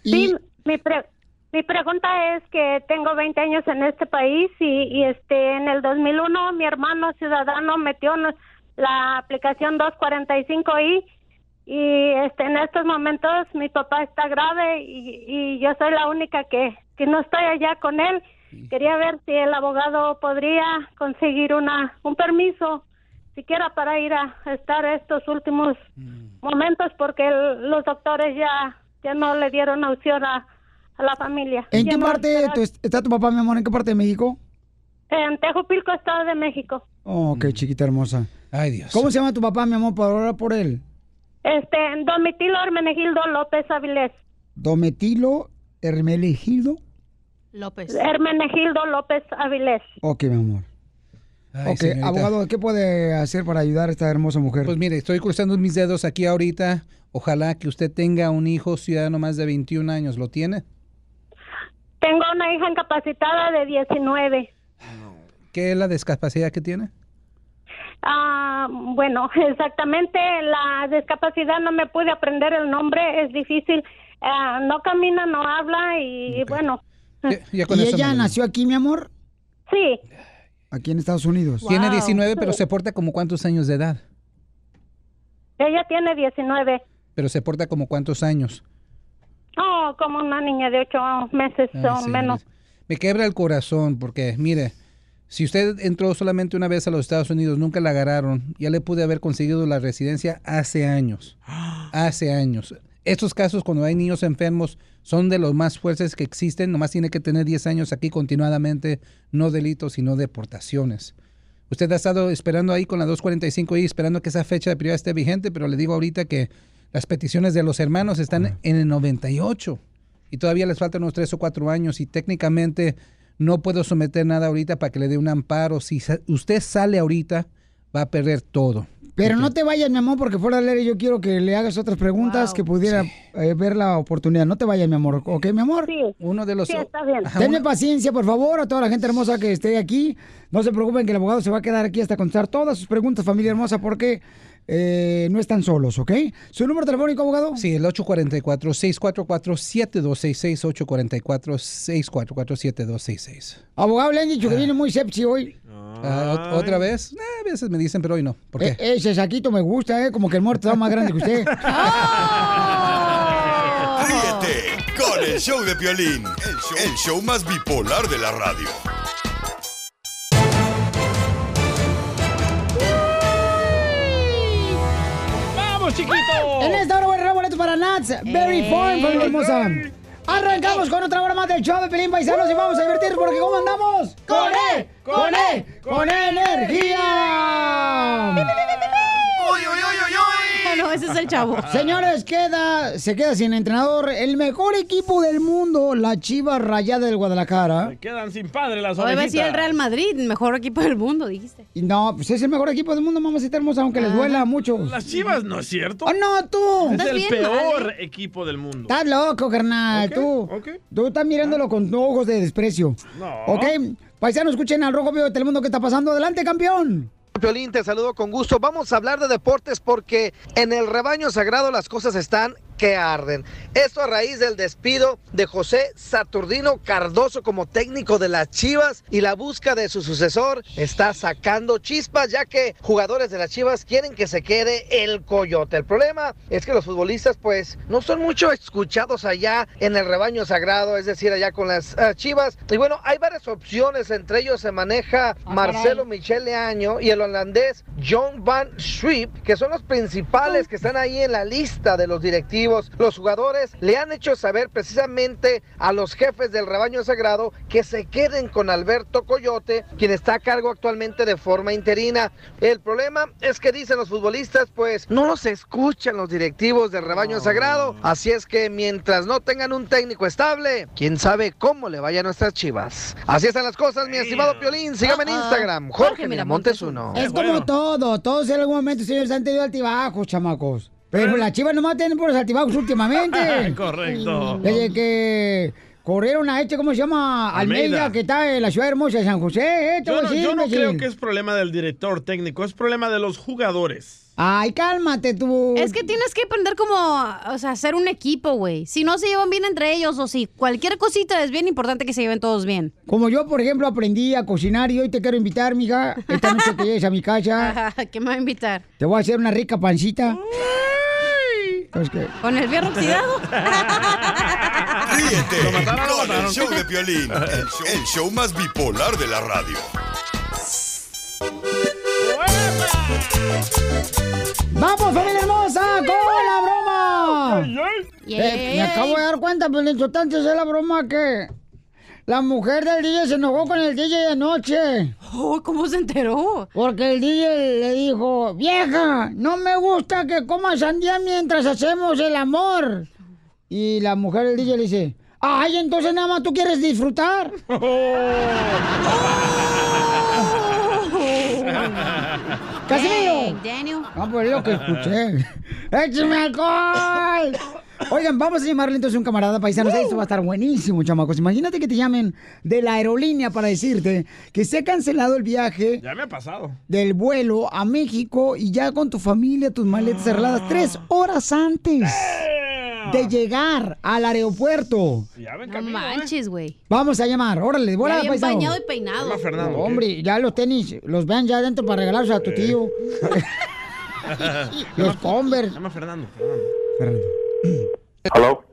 Speaker 29: Sí, mi, pre- mi pregunta es que tengo 20 años en este país y, y, este en el 2001 mi hermano ciudadano metió en la aplicación 245i y este en estos momentos mi papá está grave y, y yo soy la única que, que no estoy allá con él. Quería ver si el abogado podría conseguir una un permiso siquiera para ir a estar estos últimos
Speaker 2: Mm.
Speaker 29: momentos porque el- los doctores ya ya no le dieron opción a, a la familia.
Speaker 2: ¿En qué
Speaker 29: Ya no
Speaker 2: parte de
Speaker 29: esperaron.
Speaker 2: tu est- está tu papá, mi amor? ¿En qué parte de México?
Speaker 29: En Tejupilco, Estado de México.
Speaker 2: Oh,
Speaker 4: Mm.
Speaker 2: qué chiquita hermosa.
Speaker 26: Ay, Dios.
Speaker 2: ¿Cómo se llama tu papá, mi amor, para orar por él?
Speaker 29: Este, Domitilo Hermenegildo López Avilés.
Speaker 2: Dometilo Hermelegildo.
Speaker 13: López.
Speaker 29: Hermenegildo López Avilés.
Speaker 2: Ok, mi amor.
Speaker 26: Ay,
Speaker 2: ok,
Speaker 26: señorita.
Speaker 2: abogado, ¿qué puede hacer para ayudar a esta hermosa mujer?
Speaker 26: Pues mire, estoy cruzando mis dedos aquí ahorita. Ojalá que usted tenga un hijo ciudadano más de 21 años. ¿Lo tiene?
Speaker 29: Tengo una hija incapacitada de 19.
Speaker 26: ¿Qué es la discapacidad que tiene?
Speaker 29: Ah, bueno, exactamente la discapacidad no me pude aprender el nombre, es difícil. Ah, no camina, no habla y bueno.
Speaker 26: con
Speaker 2: ¿Y
Speaker 26: eso
Speaker 2: ella
Speaker 26: me-
Speaker 2: nació aquí, mi amor?
Speaker 29: Sí.
Speaker 2: Aquí en Estados Unidos.
Speaker 26: Tiene 19, pero se porta como cuántos años de edad.
Speaker 29: Ella tiene 19.
Speaker 26: Pero se porta como cuántos años.
Speaker 29: Oh, como una niña de 8 meses
Speaker 26: Ay,
Speaker 29: o
Speaker 26: señores.
Speaker 29: menos.
Speaker 26: Me quebra el corazón porque, mire, si usted entró solamente una vez a los Estados Unidos, nunca la agarraron, ya le pude haber conseguido la residencia hace años. Hace años. Estos casos cuando hay niños enfermos son de los más fuertes que existen, nomás tiene que tener 10 años aquí continuadamente, no delitos, sino deportaciones. Usted ha estado esperando ahí con la 245 y esperando que esa fecha de prioridad esté vigente, pero le digo ahorita que las peticiones de los hermanos están en el 98 y todavía les faltan unos tres o cuatro años y técnicamente no puedo someter nada ahorita para que le dé un amparo. Si sa- usted sale ahorita, va a perder todo.
Speaker 2: Pero no te vayas, mi amor, porque fuera de leer yo quiero que le hagas otras preguntas que pudiera eh, ver la oportunidad. No te vayas, mi amor, ¿ok, mi amor?
Speaker 26: Uno de los...
Speaker 29: Sí, está bien.
Speaker 2: Ajá, Tenme paciencia, por favor, a toda la gente hermosa que esté aquí. No se preocupen que el abogado se va a quedar aquí hasta contestar todas sus preguntas, familia hermosa, porque eh, no están solos, ¿ok? ¿Su número telefónico, abogado?
Speaker 26: Sí, el 844-644-7266, 844-644-7266.
Speaker 2: Abogado, le han dicho que viene muy sepsi hoy.
Speaker 26: Ah, ot- ¿Otra vez? Eh, a veces me dicen, pero hoy no. ¿Por qué?
Speaker 2: Eh, ese saquito me gusta, ¿eh? Como que el muerto está más grande que usted.
Speaker 5: Ah.
Speaker 11: Ríete con el show de Piolín, el show, el show más bipolar de la radio.
Speaker 2: ¡Vamos, chiquito! ¡Ah! Eh. En esta hora voy a regalar boletos para Nats, Berry Farm, familia hermosa. Arrancamos con otra hora más del show de Pelín Paisanos y vamos a divertir porque ¿cómo andamos? ¡Con E! ¡Con E! ¡Con energía!
Speaker 13: Ah, No, ese es el chavo.
Speaker 2: Señores, queda, se queda sin entrenador el mejor equipo del mundo, la Chiva Rayada del Guadalajara.
Speaker 5: Quedan sin padre las
Speaker 13: Hoy va a decir el
Speaker 5: orejitas.
Speaker 13: Real Madrid, mejor equipo del mundo, dijiste.
Speaker 2: Y No, pues es el mejor equipo del mundo, mamacita hermosa, aunque les duela a muchos.
Speaker 5: Las Chivas, ¿no es cierto?
Speaker 2: ¡Oh, no, tú!
Speaker 5: Es el peor equipo del mundo.
Speaker 2: Estás loco, carnal,
Speaker 5: Ok, Ah.
Speaker 2: tú. Tú estás mirándolo con ojos de desprecio.
Speaker 5: No.
Speaker 2: Ok, paisano, escuchen al Rojo Vivo de Telemundo qué está pasando. Adelante, campeón.
Speaker 7: Piolín, te saludo con gusto. Vamos a hablar de deportes porque en el rebaño sagrado las cosas están que arden. Esto a raíz del despido de José Saturnino Cardoso como técnico de las Chivas y la busca de su sucesor está sacando chispas ya que jugadores de las Chivas quieren que se quede el coyote. El problema es que los futbolistas pues no son mucho escuchados allá en el rebaño sagrado, es decir, allá con las eh, Chivas. Y bueno, hay varias opciones, entre ellos se maneja Marcelo Michele Año y el holandés John Van Schwip, que son los principales que están ahí en la lista de los directivos. Los jugadores le han hecho saber precisamente a los jefes del rebaño sagrado que se queden con Alberto Coyote, quien está a cargo actualmente de forma interina. El problema es que dicen los futbolistas, pues no los escuchan los directivos del rebaño sagrado. Así es que mientras no tengan un técnico estable, quién sabe cómo le vaya a nuestras chivas. Así están las cosas, mi estimado Piolín. Sígame en
Speaker 2: Ah, ah.
Speaker 7: Instagram, Jorge Miramontes 1.
Speaker 5: Eh,
Speaker 2: Es como todo, todos en algún momento, señores, han tenido altibajos, chamacos. Pero pues, las chivas nomás tienen por los altibajos últimamente.
Speaker 5: Correcto.
Speaker 2: Desde que corrieron a este, ¿cómo se llama? Almeida,
Speaker 5: Almeida.
Speaker 2: que está en la ciudad hermosa de San José, ¿eh? Te
Speaker 5: Yo
Speaker 2: voy a
Speaker 5: no,
Speaker 2: decir,
Speaker 5: yo no
Speaker 2: imbécil.
Speaker 5: creo que es problema del director técnico, es problema de los jugadores.
Speaker 2: Ay, cálmate tú.
Speaker 13: Es que tienes que aprender como, o sea, hacer un equipo, güey. Si no se llevan bien entre ellos o si cualquier cosita es bien importante que se lleven todos bien.
Speaker 2: Como yo, por ejemplo, aprendí a cocinar y hoy te quiero invitar, mija. Esta noche que llegues a mi casa,
Speaker 13: Ah, ¿Qué me va a invitar?
Speaker 2: te voy a hacer una rica pancita. Es que-
Speaker 13: ¿Con el fierro oxidado?
Speaker 11: Ríete con el show de Piolín, el show, el show más bipolar de la radio.
Speaker 2: ¡Vamos, familia hermosa! ¡Con la broma!
Speaker 13: Yay.
Speaker 2: Eh, me acabo de dar cuenta, pero lo importante es la broma que la mujer del DJ se enojó con el DJ anoche.
Speaker 13: Oh, ¿Cómo se enteró?
Speaker 2: Porque el DJ le dijo, vieja, no me gusta que comas sandía mientras hacemos el amor. Y la mujer del DJ le dice, ay, entonces nada más tú quieres disfrutar. ¡Casimiro!
Speaker 13: Dang, Daniel.
Speaker 2: Ah, pues es lo que escuché. ¡Écheme alcohol! Oigan, vamos a llamarle entonces a un camarada paisano. Esto va a estar buenísimo, chamacos. Imagínate que te llamen de la aerolínea para decirte que se ha cancelado el viaje
Speaker 5: Ya me ha pasado.
Speaker 2: del vuelo a México y ya con tu familia, tus maletas cerradas tres horas antes de llegar al aeropuerto.
Speaker 13: No manches, güey.
Speaker 2: Vamos a llamar, órale,
Speaker 13: Ya
Speaker 2: bola,
Speaker 13: bien
Speaker 2: paisano.
Speaker 13: bañado y peinado. Llama a Fernando, ¿qué?
Speaker 2: Hombre, ya los tenis, los vean ya adentro para regalarlos a tu tío. los Converse.
Speaker 5: Llama a Fernando.
Speaker 30: ¿Aló?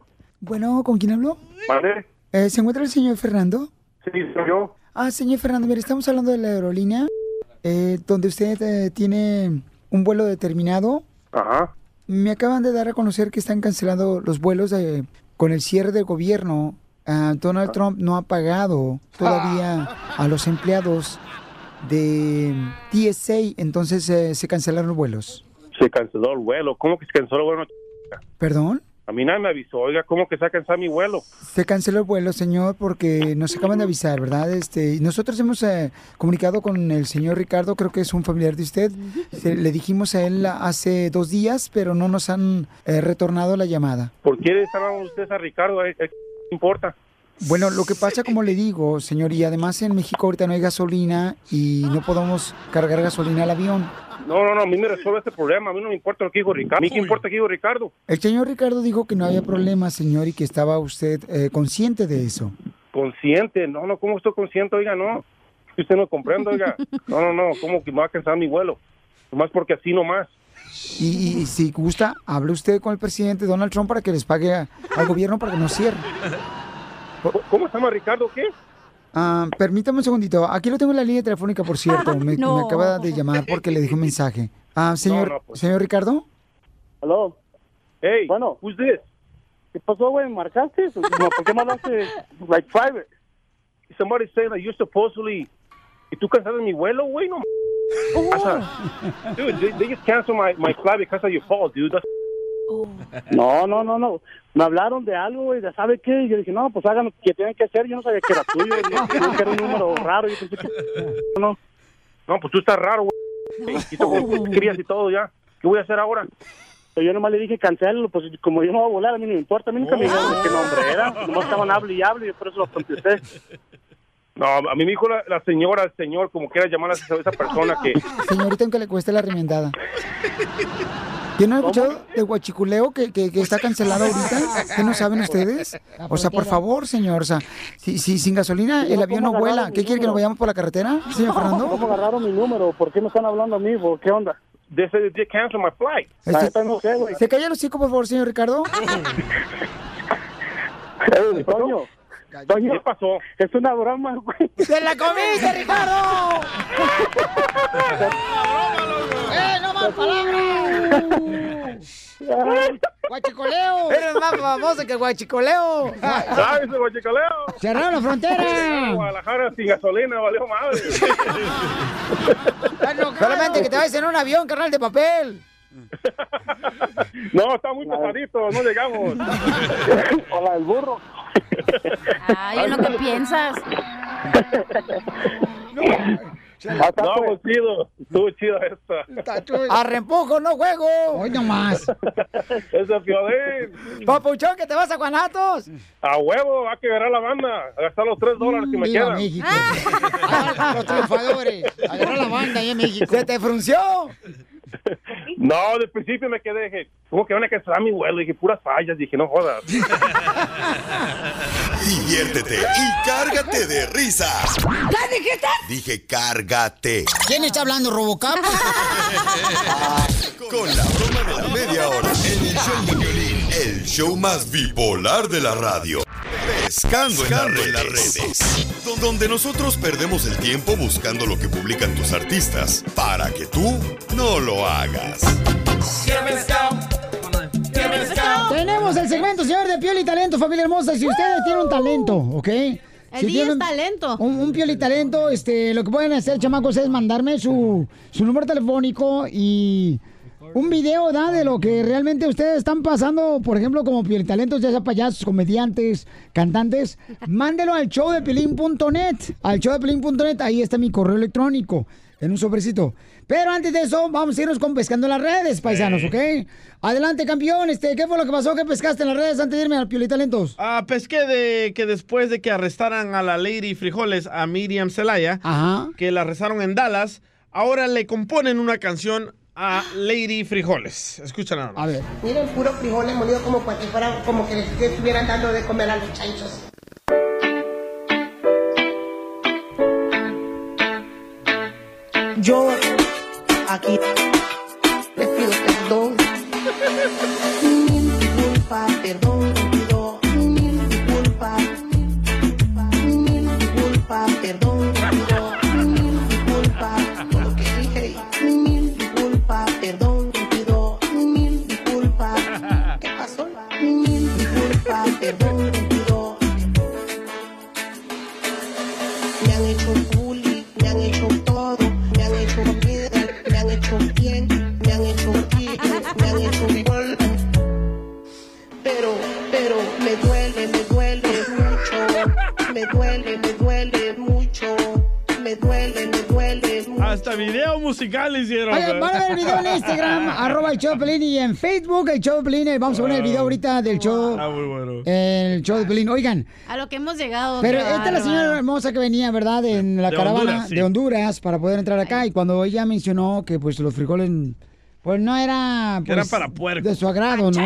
Speaker 2: Bueno, ¿con quién hablo?
Speaker 30: ¿Vale?
Speaker 2: Eh, ¿Se encuentra el señor Fernando?
Speaker 30: Sí, soy yo.
Speaker 2: Ah, señor Fernando, mire, estamos hablando de la aerolínea, eh, donde usted eh, tiene un vuelo determinado.
Speaker 30: Ajá.
Speaker 2: Me acaban de dar a conocer que están cancelando los vuelos eh, con el cierre del gobierno. Ah, Donald Trump no ha pagado todavía a los empleados de TSA, entonces eh, se cancelaron los vuelos.
Speaker 30: Se canceló el vuelo. ¿Cómo que se canceló el vuelo?
Speaker 2: ¿Perdón?
Speaker 30: A mí nada me avisó. Oiga, ¿cómo que se ha cancelado mi vuelo?
Speaker 2: Se canceló el vuelo, señor, porque nos acaban de avisar, ¿verdad? Este, y nosotros hemos eh, comunicado con el señor Ricardo, creo que es un familiar de usted. Se- le dijimos a él hace dos días, pero no nos han eh, retornado la llamada.
Speaker 30: ¿Por qué le están dando ustedes a Ricardo? Eh, eh, ¿Qué importa?
Speaker 2: Bueno, lo que pasa, como le digo, señor, y además en México ahorita no hay gasolina y no podemos cargar gasolina al avión.
Speaker 30: No, no, no. A mí me resuelve este problema. A mí no me importa lo que dijo Ricardo. ¿A mí qué importa lo que dijo Ricardo?
Speaker 2: El señor Ricardo dijo que no había problema, señor, y que estaba usted eh, consciente de eso.
Speaker 30: Consciente. No, no. ¿Cómo estoy consciente? Oiga, no. Si Usted no comprende, oiga. No, no, no. ¿Cómo que me va a cancelar mi vuelo? Nomás porque así nomás.
Speaker 2: Y, y si gusta, hable usted con el presidente Donald Trump para que les pague a- al gobierno para que no cierre.
Speaker 30: ¿Cómo se llama Ricardo? ¿Qué?
Speaker 2: Ah, permítame un segundito. Aquí lo tengo en la línea telefónica, por cierto. Me,
Speaker 30: No.
Speaker 2: me acaba de llamar porque le dejé un mensaje. Ah, señor,
Speaker 30: No, no, pues.
Speaker 2: señor Ricardo.
Speaker 30: Aló. Hey, bueno, who's this? ¿Qué pasó, güey? ¿Marcaste? No, ¿Por qué me hablaste like private? Somebody saying that you're supposedly... ¿Y tú cancelaste mi vuelo, güey? No, o sea, Dude, they, they just canceled my, my flight because of your fault, dude. That's...
Speaker 13: Oh.
Speaker 3: No, no, no, no. Me hablaron de algo, güey, de sabe qué. Y yo dije, no, pues hagan lo que tienen que hacer. Yo no sabía que era tuyo. Yo pensé que era un número raro. Yo pensé que.
Speaker 30: No. no, pues tú estás raro, güey. Y tú crías y todo ya. ¿Qué voy a hacer ahora?
Speaker 3: Pero yo nomás le dije, cancélalo. Pues como yo no voy a volar, a mí
Speaker 30: Oh.
Speaker 3: no me importa. A mí nunca me dijeron de qué nombre era. Nomás estaban hable y hable. Yo por eso lo contesté.
Speaker 30: No, a mí me dijo la, la señora, el señor, como quiera llamar a esa, esa persona que...
Speaker 2: Señorita, aunque le cueste la remendada. ¿Yo no he escuchado de guachiculeo que, que- que está cancelado ahorita? ¿Qué no saben ustedes? O sea, Ah, por favor, señor. O sea, si, si sin gasolina el avión no vuela, ¿qué quiere que nos vayamos por la carretera, señor
Speaker 4: ¿Cómo
Speaker 2: Fernando?
Speaker 4: agarraron mi número? ¿Por qué me están hablando a mí? ¿Por qué onda?
Speaker 30: They said they did cancel my flight.
Speaker 2: Este-
Speaker 4: Neta, no sé, güey.
Speaker 2: ¿Se calla el hocico, por favor, señor Ricardo?
Speaker 4: Eh, Toño, Toño, ¿qué pasó? Es una broma, güey.
Speaker 2: ¡Se la comiste, Ricardo! ¡Eh, no más palabras! ¡Guachicoleo! ¡Eres más famoso que el guachicoleo!
Speaker 30: ¿Sabes, el guachicoleo?
Speaker 2: ¡Cerraron la
Speaker 30: Llegaron a
Speaker 2: frontera!
Speaker 30: Guadalajara sin gasolina, valió madre.
Speaker 2: Solamente que te vayas en un avión, carnal de papel.
Speaker 30: No, está muy pesadito, no llegamos. Hola, el burro.
Speaker 13: Ay, en lo que piensas.
Speaker 30: No, pues chido. Estuvo chida esta.
Speaker 2: ¡A reempujo, no juego! ¡Hoy nomás!
Speaker 30: Ese Piolín.
Speaker 2: ¡Papuchón, que te vas a Guanatos!
Speaker 30: A huevo, va a quebrar la banda. A gastar los
Speaker 2: Mm,
Speaker 30: tres dólares que me
Speaker 2: ¡Viva
Speaker 30: quedan.
Speaker 2: México! ¡Ah, los triunfadores! Agarró la banda ahí en México. ¡Se te frunció!
Speaker 30: No, de principio me quedé, dije, ¿cómo que van a cancelar mi vuelo? Dije, puras fallas, dije, no jodas.
Speaker 11: Diviértete y cárgate de risas.
Speaker 2: ¿Qué dijiste?
Speaker 11: Dije, cárgate.
Speaker 2: ¿Quién está hablando, Robocop?
Speaker 11: Con la broma de la media hora en el show de violín, el show más bipolar de la radio. Pescando en las redes. Donde nosotros perdemos el tiempo buscando lo que publican tus artistas para que tú no lo hagas.
Speaker 2: Tenemos el segmento, señor, de Pioli Talento, familia hermosa. Si ustedes tienen un talento, ¿ok? si
Speaker 13: día es talento.
Speaker 2: Un, un Pioli Talento, este, lo que pueden hacer, chamacos, es mandarme su, su número telefónico y un video, ¿da? De lo que realmente ustedes están pasando, por ejemplo, como Pioli Talentos, ya sea payasos, comediantes, cantantes. Mándelo al show de Piolín.net, al show de Piolín.net, ahí está mi correo electrónico. En un sobrecito. Pero antes de eso, vamos a irnos con pescando en las redes, paisanos, ¿ok? Adelante, campeón. Este, ¿Qué fue lo que pasó? ¿Qué pescaste en las redes antes de irme al Pioli Talentos?
Speaker 5: Ah, pesqué de que después de que arrestaran a la Lady Frijoles, a Miriam Celaya, que la arrestaron en Dallas, ahora le componen una canción a Lady Frijoles. Escucha nada más.
Speaker 2: A ver.
Speaker 31: Miren, puro frijoles molido como para que fuera, como que les estuvieran dando de comer a los chanchos.
Speaker 15: Yo aquí les pido perdón. Mil disculpas, perdón, te pido mil disculpas. Mil disculpas, perdón, te pido mil disculpas. Por lo que dije, mil disculpas, perdón, te pido mil disculpas. ¿Qué pasó? Mil disculpas, perdón, te pido. Me han hecho bullying, me han hecho todo, me han hecho mierda, me han hecho bien, me han hecho bien, me han hecho mal. Pero, pero me duele, me duele mucho, me duele, me duele mucho, me duele, me duele mucho.
Speaker 5: Hasta video musical hicieron.
Speaker 2: Oigan,
Speaker 5: ¿eh?
Speaker 2: van a ver el video en Instagram, arroba el show de Pelín, y en Facebook el show de Pelín. Eh, Vamos a poner el video ahorita del show.
Speaker 5: Ah, muy bueno.
Speaker 2: El show de Pelín. Oigan,
Speaker 13: A lo que hemos llegado.
Speaker 2: pero
Speaker 13: qué
Speaker 2: esta es la
Speaker 13: bárbaro.
Speaker 2: señora hermosa que venía, ¿verdad? En la
Speaker 13: De
Speaker 2: caravana
Speaker 13: Honduras, sí.
Speaker 2: de Honduras para poder entrar acá. Y cuando ella mencionó que pues los frijoles, pues no era...
Speaker 5: Que eran
Speaker 2: pues,
Speaker 5: para puerco.
Speaker 2: De su agrado, ¿no?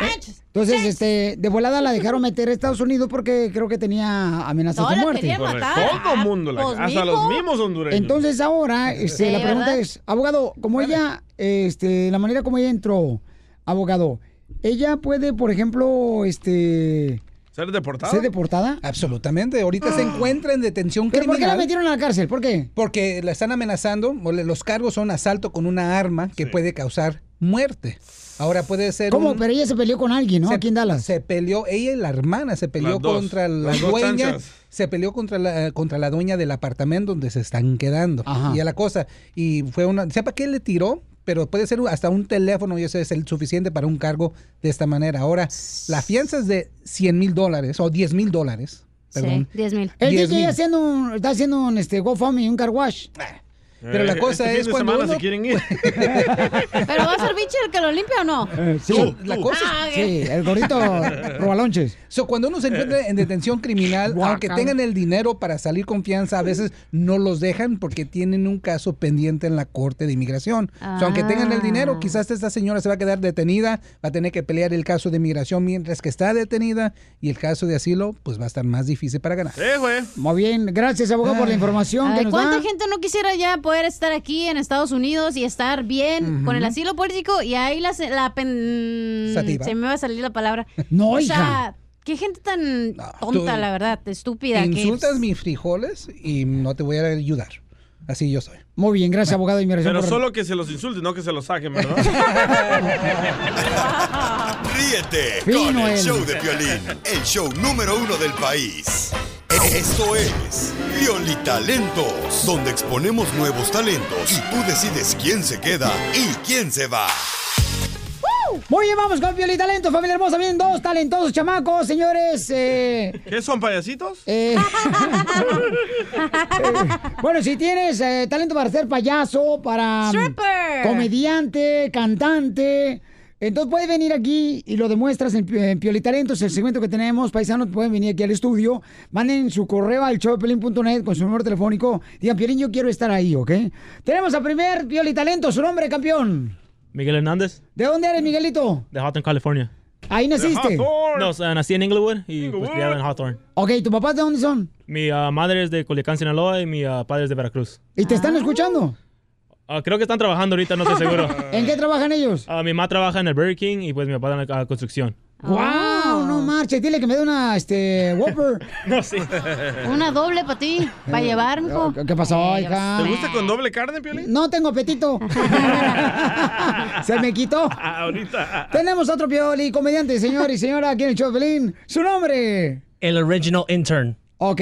Speaker 5: Eh,
Speaker 2: Entonces, este, de volada la dejaron meter a Estados Unidos porque creo que tenía amenazas
Speaker 5: No,
Speaker 2: de
Speaker 5: la
Speaker 2: muerte.
Speaker 5: querían matar. pues Correcto. Todo mundo la- hasta
Speaker 2: mijo.
Speaker 5: los mismos hondureños.
Speaker 2: Entonces ahora, este,
Speaker 5: Sí,
Speaker 2: la pregunta
Speaker 5: ¿verdad?
Speaker 2: es, abogado, como ella, este, la manera como ella entró, abogado, ella puede, por ejemplo, este,
Speaker 5: ¿Ser deportado?
Speaker 2: ser deportada.
Speaker 26: Ah.
Speaker 2: Ah.
Speaker 26: Absolutamente. Ahorita se encuentra en detención
Speaker 2: ¿Pero por
Speaker 26: criminal.
Speaker 2: qué la metieron a la cárcel? ¿Por qué?
Speaker 26: Porque la están amenazando. o le- Los cargos son asalto con una arma que puede causar muerte. Ahora puede ser.
Speaker 2: ¿Cómo?
Speaker 26: un-
Speaker 2: Pero ella se peleó con alguien, ¿no?
Speaker 26: Se-
Speaker 2: Aquí en Dallas.
Speaker 26: Se peleó, ella y la hermana se peleó
Speaker 2: dos.
Speaker 26: contra la
Speaker 2: Las dos
Speaker 26: dueña,
Speaker 2: chanchas.
Speaker 26: se peleó contra la, contra la dueña del apartamento donde se están quedando.
Speaker 2: Ajá.
Speaker 26: Y a la cosa, y fue una, sepa qué le tiró, pero puede ser hasta un teléfono y eso es el suficiente para un cargo de esta manera. Ahora, la fianza es de 100 mil dólares o 10 mil dólares. Perdón.
Speaker 13: Sí, 10 mil.
Speaker 2: El
Speaker 26: Diez
Speaker 2: DJ
Speaker 26: mil.
Speaker 2: haciendo un- está haciendo un este, GoFundMe, un car wash.
Speaker 26: Pero la
Speaker 5: Eh,
Speaker 26: cosa
Speaker 5: este fin
Speaker 26: es
Speaker 5: de
Speaker 26: cuando
Speaker 5: semana
Speaker 26: uno...
Speaker 5: se quieren ir.
Speaker 13: ¿Pero va a ser bicho el que lo limpia o no?
Speaker 26: Eh, sí, la cosa es-
Speaker 13: Ah, ok.
Speaker 2: robalonches.
Speaker 26: So, cuando uno se encuentra en detención criminal, aunque
Speaker 2: Guácala.
Speaker 26: tengan el dinero para salir confianza, a veces no los dejan porque tienen un caso pendiente en la corte de inmigración. So,
Speaker 13: Ah.
Speaker 26: aunque tengan el dinero, quizás esta señora se va a quedar detenida, va a tener que pelear el caso de inmigración mientras que está detenida y el caso de asilo, pues va a estar más difícil para ganar.
Speaker 2: Muy bien, gracias abogado por la información que
Speaker 13: Ah. Ay,
Speaker 2: nos
Speaker 13: ¿Cuánta
Speaker 2: da.
Speaker 13: gente no quisiera ya poder estar aquí en Estados Unidos y estar bien
Speaker 2: Ujú.
Speaker 13: con el asilo político? Y ahí la, se- la pen-
Speaker 2: Sativa.
Speaker 13: se me va a salir la palabra.
Speaker 2: No,
Speaker 13: o
Speaker 26: hija.
Speaker 13: sea, qué gente tan tonta,
Speaker 26: tú-
Speaker 13: la verdad, estúpida. que-
Speaker 26: Insultas mis frijoles y no te voy a ayudar. Así yo soy.
Speaker 2: Muy bien, gracias abogado de inmigración.
Speaker 5: Pero
Speaker 2: por-
Speaker 5: solo que se los insulte, no que se los saquen, ¿verdad?
Speaker 11: Ríete
Speaker 2: Fino
Speaker 11: con
Speaker 2: él.
Speaker 11: el show de violín, el show número uno del país. Esto es Violitalentos, donde exponemos nuevos talentos y tú decides quién se queda y quién se va.
Speaker 2: Muy bien, vamos con Pioli Talento, familia hermosa. Vienen dos talentosos chamacos, señores. eh,
Speaker 5: ¿Qué son payasitos?
Speaker 2: eh, bueno, si tienes eh, talento para ser payaso, para mm,
Speaker 5: Stripper.
Speaker 2: comediante, cantante, entonces puedes venir aquí y lo demuestras en, Pi- en Pioli Talentos, el segmento que tenemos. Paisanos pueden venir aquí al estudio, manden su correo al showpelín.net con su número telefónico. Digan, Piolín, yo quiero estar ahí, ¿ok? Tenemos al primer Pioli Talento, su nombre, campeón.
Speaker 32: Miguel Hernández,
Speaker 2: ¿De dónde eres, Miguelito?
Speaker 32: de Hawthorne, California.
Speaker 2: Ahí naciste.
Speaker 32: No, o sea, nací en Inglewood y pues, criado en Hawthorne.
Speaker 2: Ok, ¿tu papá de dónde son?
Speaker 32: Mi ah, madre es de Culiacán, Sinaloa y mi ah, padre es de Veracruz.
Speaker 2: ¿Y te están escuchando?
Speaker 32: Ah, creo que están trabajando ahorita, no estoy seguro.
Speaker 2: ¿En qué trabajan ellos?
Speaker 32: Ah, mi mamá trabaja en el Burger King y pues mi papá en la ah, construcción.
Speaker 2: ¡Wow! No marches, dile que me dé una, este, Whopper.
Speaker 32: no, sí.
Speaker 13: Una doble para ti, para
Speaker 2: Eh,
Speaker 13: llevar, mijo.
Speaker 2: ¿Qué pasó,
Speaker 13: Eh,
Speaker 2: hija?
Speaker 5: ¿Te gusta con doble carne, Piolín?
Speaker 2: No tengo apetito. Se me quitó.
Speaker 5: Ahorita.
Speaker 2: Tenemos otro Pioli, comediante, señor y señora, aquí en el show de Pelín. ¡Su nombre!
Speaker 3: El original intern.
Speaker 2: Ok.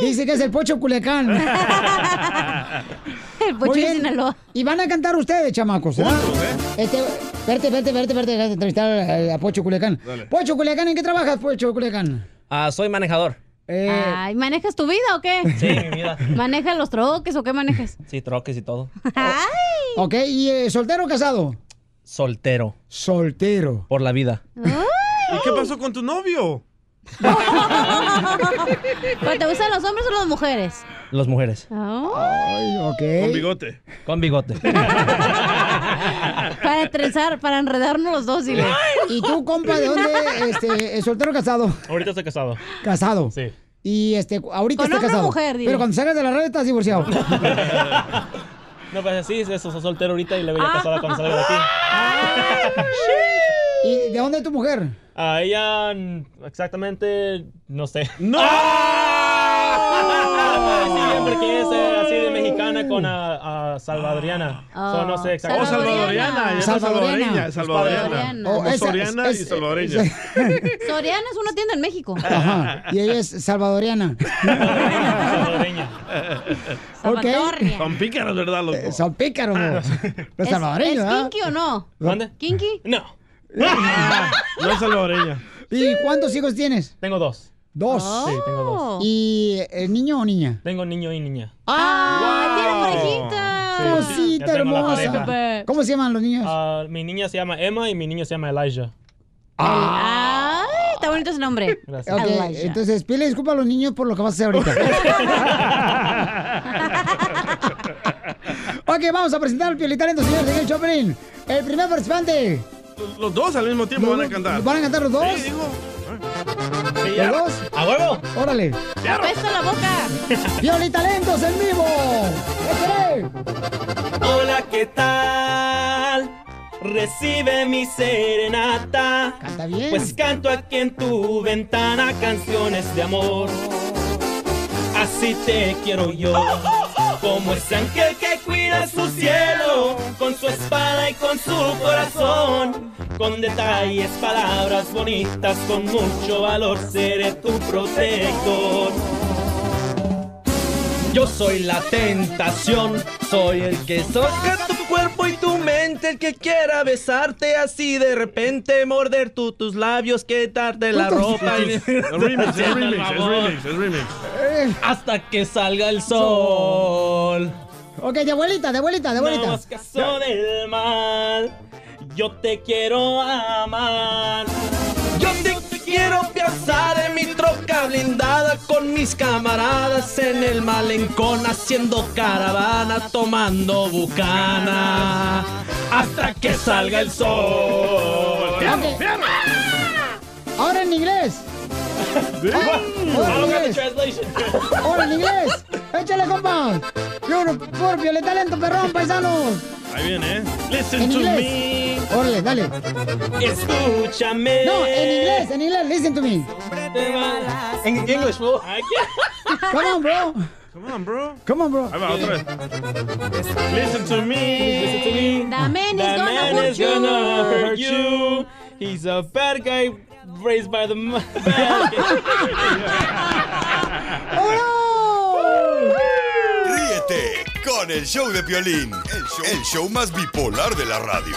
Speaker 2: Dice que es el Pocho Culiacán.
Speaker 13: El Pocho
Speaker 2: Muy
Speaker 13: de
Speaker 2: bien.
Speaker 13: Sinaloa.
Speaker 2: Y van a cantar ustedes, chamacos, ¿verdad? Este, verte, verte, verte, verte, déjate entrevistar a, a Pocho Culiacán.
Speaker 3: Dale.
Speaker 2: Pocho Culiacán, ¿en qué trabajas, Pocho Culiacán?
Speaker 3: Ah, soy manejador.
Speaker 2: eh.
Speaker 13: Ay, ¿manejas tu vida o qué?
Speaker 3: Sí, mi vida.
Speaker 13: ¿Manejas los troques o qué manejas?
Speaker 3: Sí, troques y todo.
Speaker 2: Ok, ¿y eh, soltero o casado?
Speaker 3: Soltero.
Speaker 2: Soltero.
Speaker 3: Por la vida.
Speaker 5: ¿Y qué pasó con tu novio?
Speaker 13: ¿Pero te gustan los hombres o las mujeres? Oh,
Speaker 3: Las mujeres.
Speaker 2: Ay, ok.
Speaker 3: Con
Speaker 5: bigote.
Speaker 3: Con bigote.
Speaker 13: Para trenzar, para enredarnos los dos, dile.
Speaker 2: ¿Y tú, compa, de dónde? Este, ¿es ¿Soltero o casado?
Speaker 32: Ahorita estoy casado.
Speaker 2: Casado.
Speaker 32: Sí.
Speaker 2: Y este, ahorita
Speaker 32: Con
Speaker 2: estás
Speaker 32: hombre o
Speaker 2: casado.
Speaker 32: mujer, dile.
Speaker 2: Pero cuando salgas de la red estás divorciado.
Speaker 32: No, pues así, es eso, soy soltero ahorita y la voy a casada cuando salga de aquí.
Speaker 2: ¿Y de dónde es tu mujer?
Speaker 32: A Ah, ella, mm, exactamente, no sé.
Speaker 5: ¡No!
Speaker 32: sí, porque es eh, así de mexicana con a, salvadoriana. So, no
Speaker 13: Ah,
Speaker 32: sé
Speaker 5: Oh,
Speaker 32: exactamente.
Speaker 5: salvadoriana. ya no Salvadoreña. Salvadoreña.
Speaker 13: Oh,
Speaker 5: Como
Speaker 13: esa-
Speaker 5: soriana
Speaker 2: es-
Speaker 5: y salvadoreña.
Speaker 13: Soriana es una tienda en México.
Speaker 2: Ajá. Y ella es salvadoreana.
Speaker 13: Salvadorria.
Speaker 5: Son pícaros, ¿verdad, loco?
Speaker 2: Eh, son pícaros. Los
Speaker 13: ¿Es,
Speaker 2: salvadoreños,
Speaker 13: ¿es
Speaker 2: ¿ah?
Speaker 13: kinky o no?
Speaker 2: ¿Dónde?
Speaker 13: ¿Kinky?
Speaker 32: No.
Speaker 5: No es salvadoreña.
Speaker 2: ¿Y cuántos hijos tienes?
Speaker 32: Tengo dos.
Speaker 2: ¿Dos?
Speaker 13: Oh.
Speaker 32: Sí, tengo dos.
Speaker 2: ¿Y eh, niño o niña?
Speaker 32: Tengo niño y niña.
Speaker 13: ¡Ah!
Speaker 32: Wow.
Speaker 13: ¡Tiene parejita!
Speaker 32: Sí, sí, ya
Speaker 2: Cosita
Speaker 32: tengo la
Speaker 2: hermosa.
Speaker 32: pareja.
Speaker 2: ¿Cómo se llaman los niños?
Speaker 32: Ah, mi niña se llama Emma y mi niño se llama Elijah.
Speaker 2: Ah.
Speaker 13: ¡Ay! Está bonito ese nombre.
Speaker 32: Gracias.
Speaker 2: Ok,
Speaker 32: Elijah.
Speaker 2: entonces, pídele disculpa a los niños por lo que vas a hacer ahorita. ok, vamos a presentar al Piolitalento, señores, en el Chopin. El primer participante.
Speaker 5: Los dos al mismo tiempo van a cantar.
Speaker 2: ¿Van a cantar los dos?
Speaker 5: Sí, digo.
Speaker 2: ¿Los dos?
Speaker 32: ¡A huevo!
Speaker 2: Órale.
Speaker 13: ¡Apesta la boca!
Speaker 2: ¡Piolitalentos en vivo! ¡Échale!
Speaker 32: Hola, ¿qué tal? Recibe mi serenata.
Speaker 2: Canta bien.
Speaker 32: Pues canto aquí en tu ventana canciones de amor. Así te quiero yo.
Speaker 2: ¡Oh!
Speaker 32: Como ese ángel que cuida su cielo, con su espada y con su corazón, con detalles, palabras bonitas, con mucho valor seré tu protector.
Speaker 3: Yo soy la tentación, soy el que soca tu cuerpo y tu mente, el que quiera besarte así de repente, morder tu- tus labios, quitarte la ropa. y-
Speaker 5: Es remix, es remix, es remix, es remix.
Speaker 3: Hasta que salga el sol.
Speaker 2: Ok, de abuelita, de abuelita, de abuelita.
Speaker 3: No hagas caso del mal. Yo te quiero amar. Yo te quiero pensar en mi troca blindada con mis camaradas en el malencón haciendo caravana, tomando bucana hasta que salga el sol.
Speaker 2: Ok. Ahora en inglés. Ahora en inglés. Ahora en inglés. Échale, compa. You're por violeta talento, perrón, paisano.
Speaker 5: Ahí viene, ¿eh?
Speaker 2: En
Speaker 5: Listen to me.
Speaker 2: inglés. Órale, dale.
Speaker 3: Escúchame.
Speaker 2: No, en inglés, en inglés. Listen to me.
Speaker 3: En inglés, bro.
Speaker 2: Come on, bro.
Speaker 5: Come on, bro.
Speaker 2: Come on, bro.
Speaker 5: Ahí va, otra vez. Listen
Speaker 3: Listen
Speaker 5: to
Speaker 3: to me.
Speaker 5: me.
Speaker 3: The man is gonna hurt you. He's a bad guy raised by the m- bad
Speaker 11: Ríete con el show de Piolín, el show, el show más bipolar de la radio.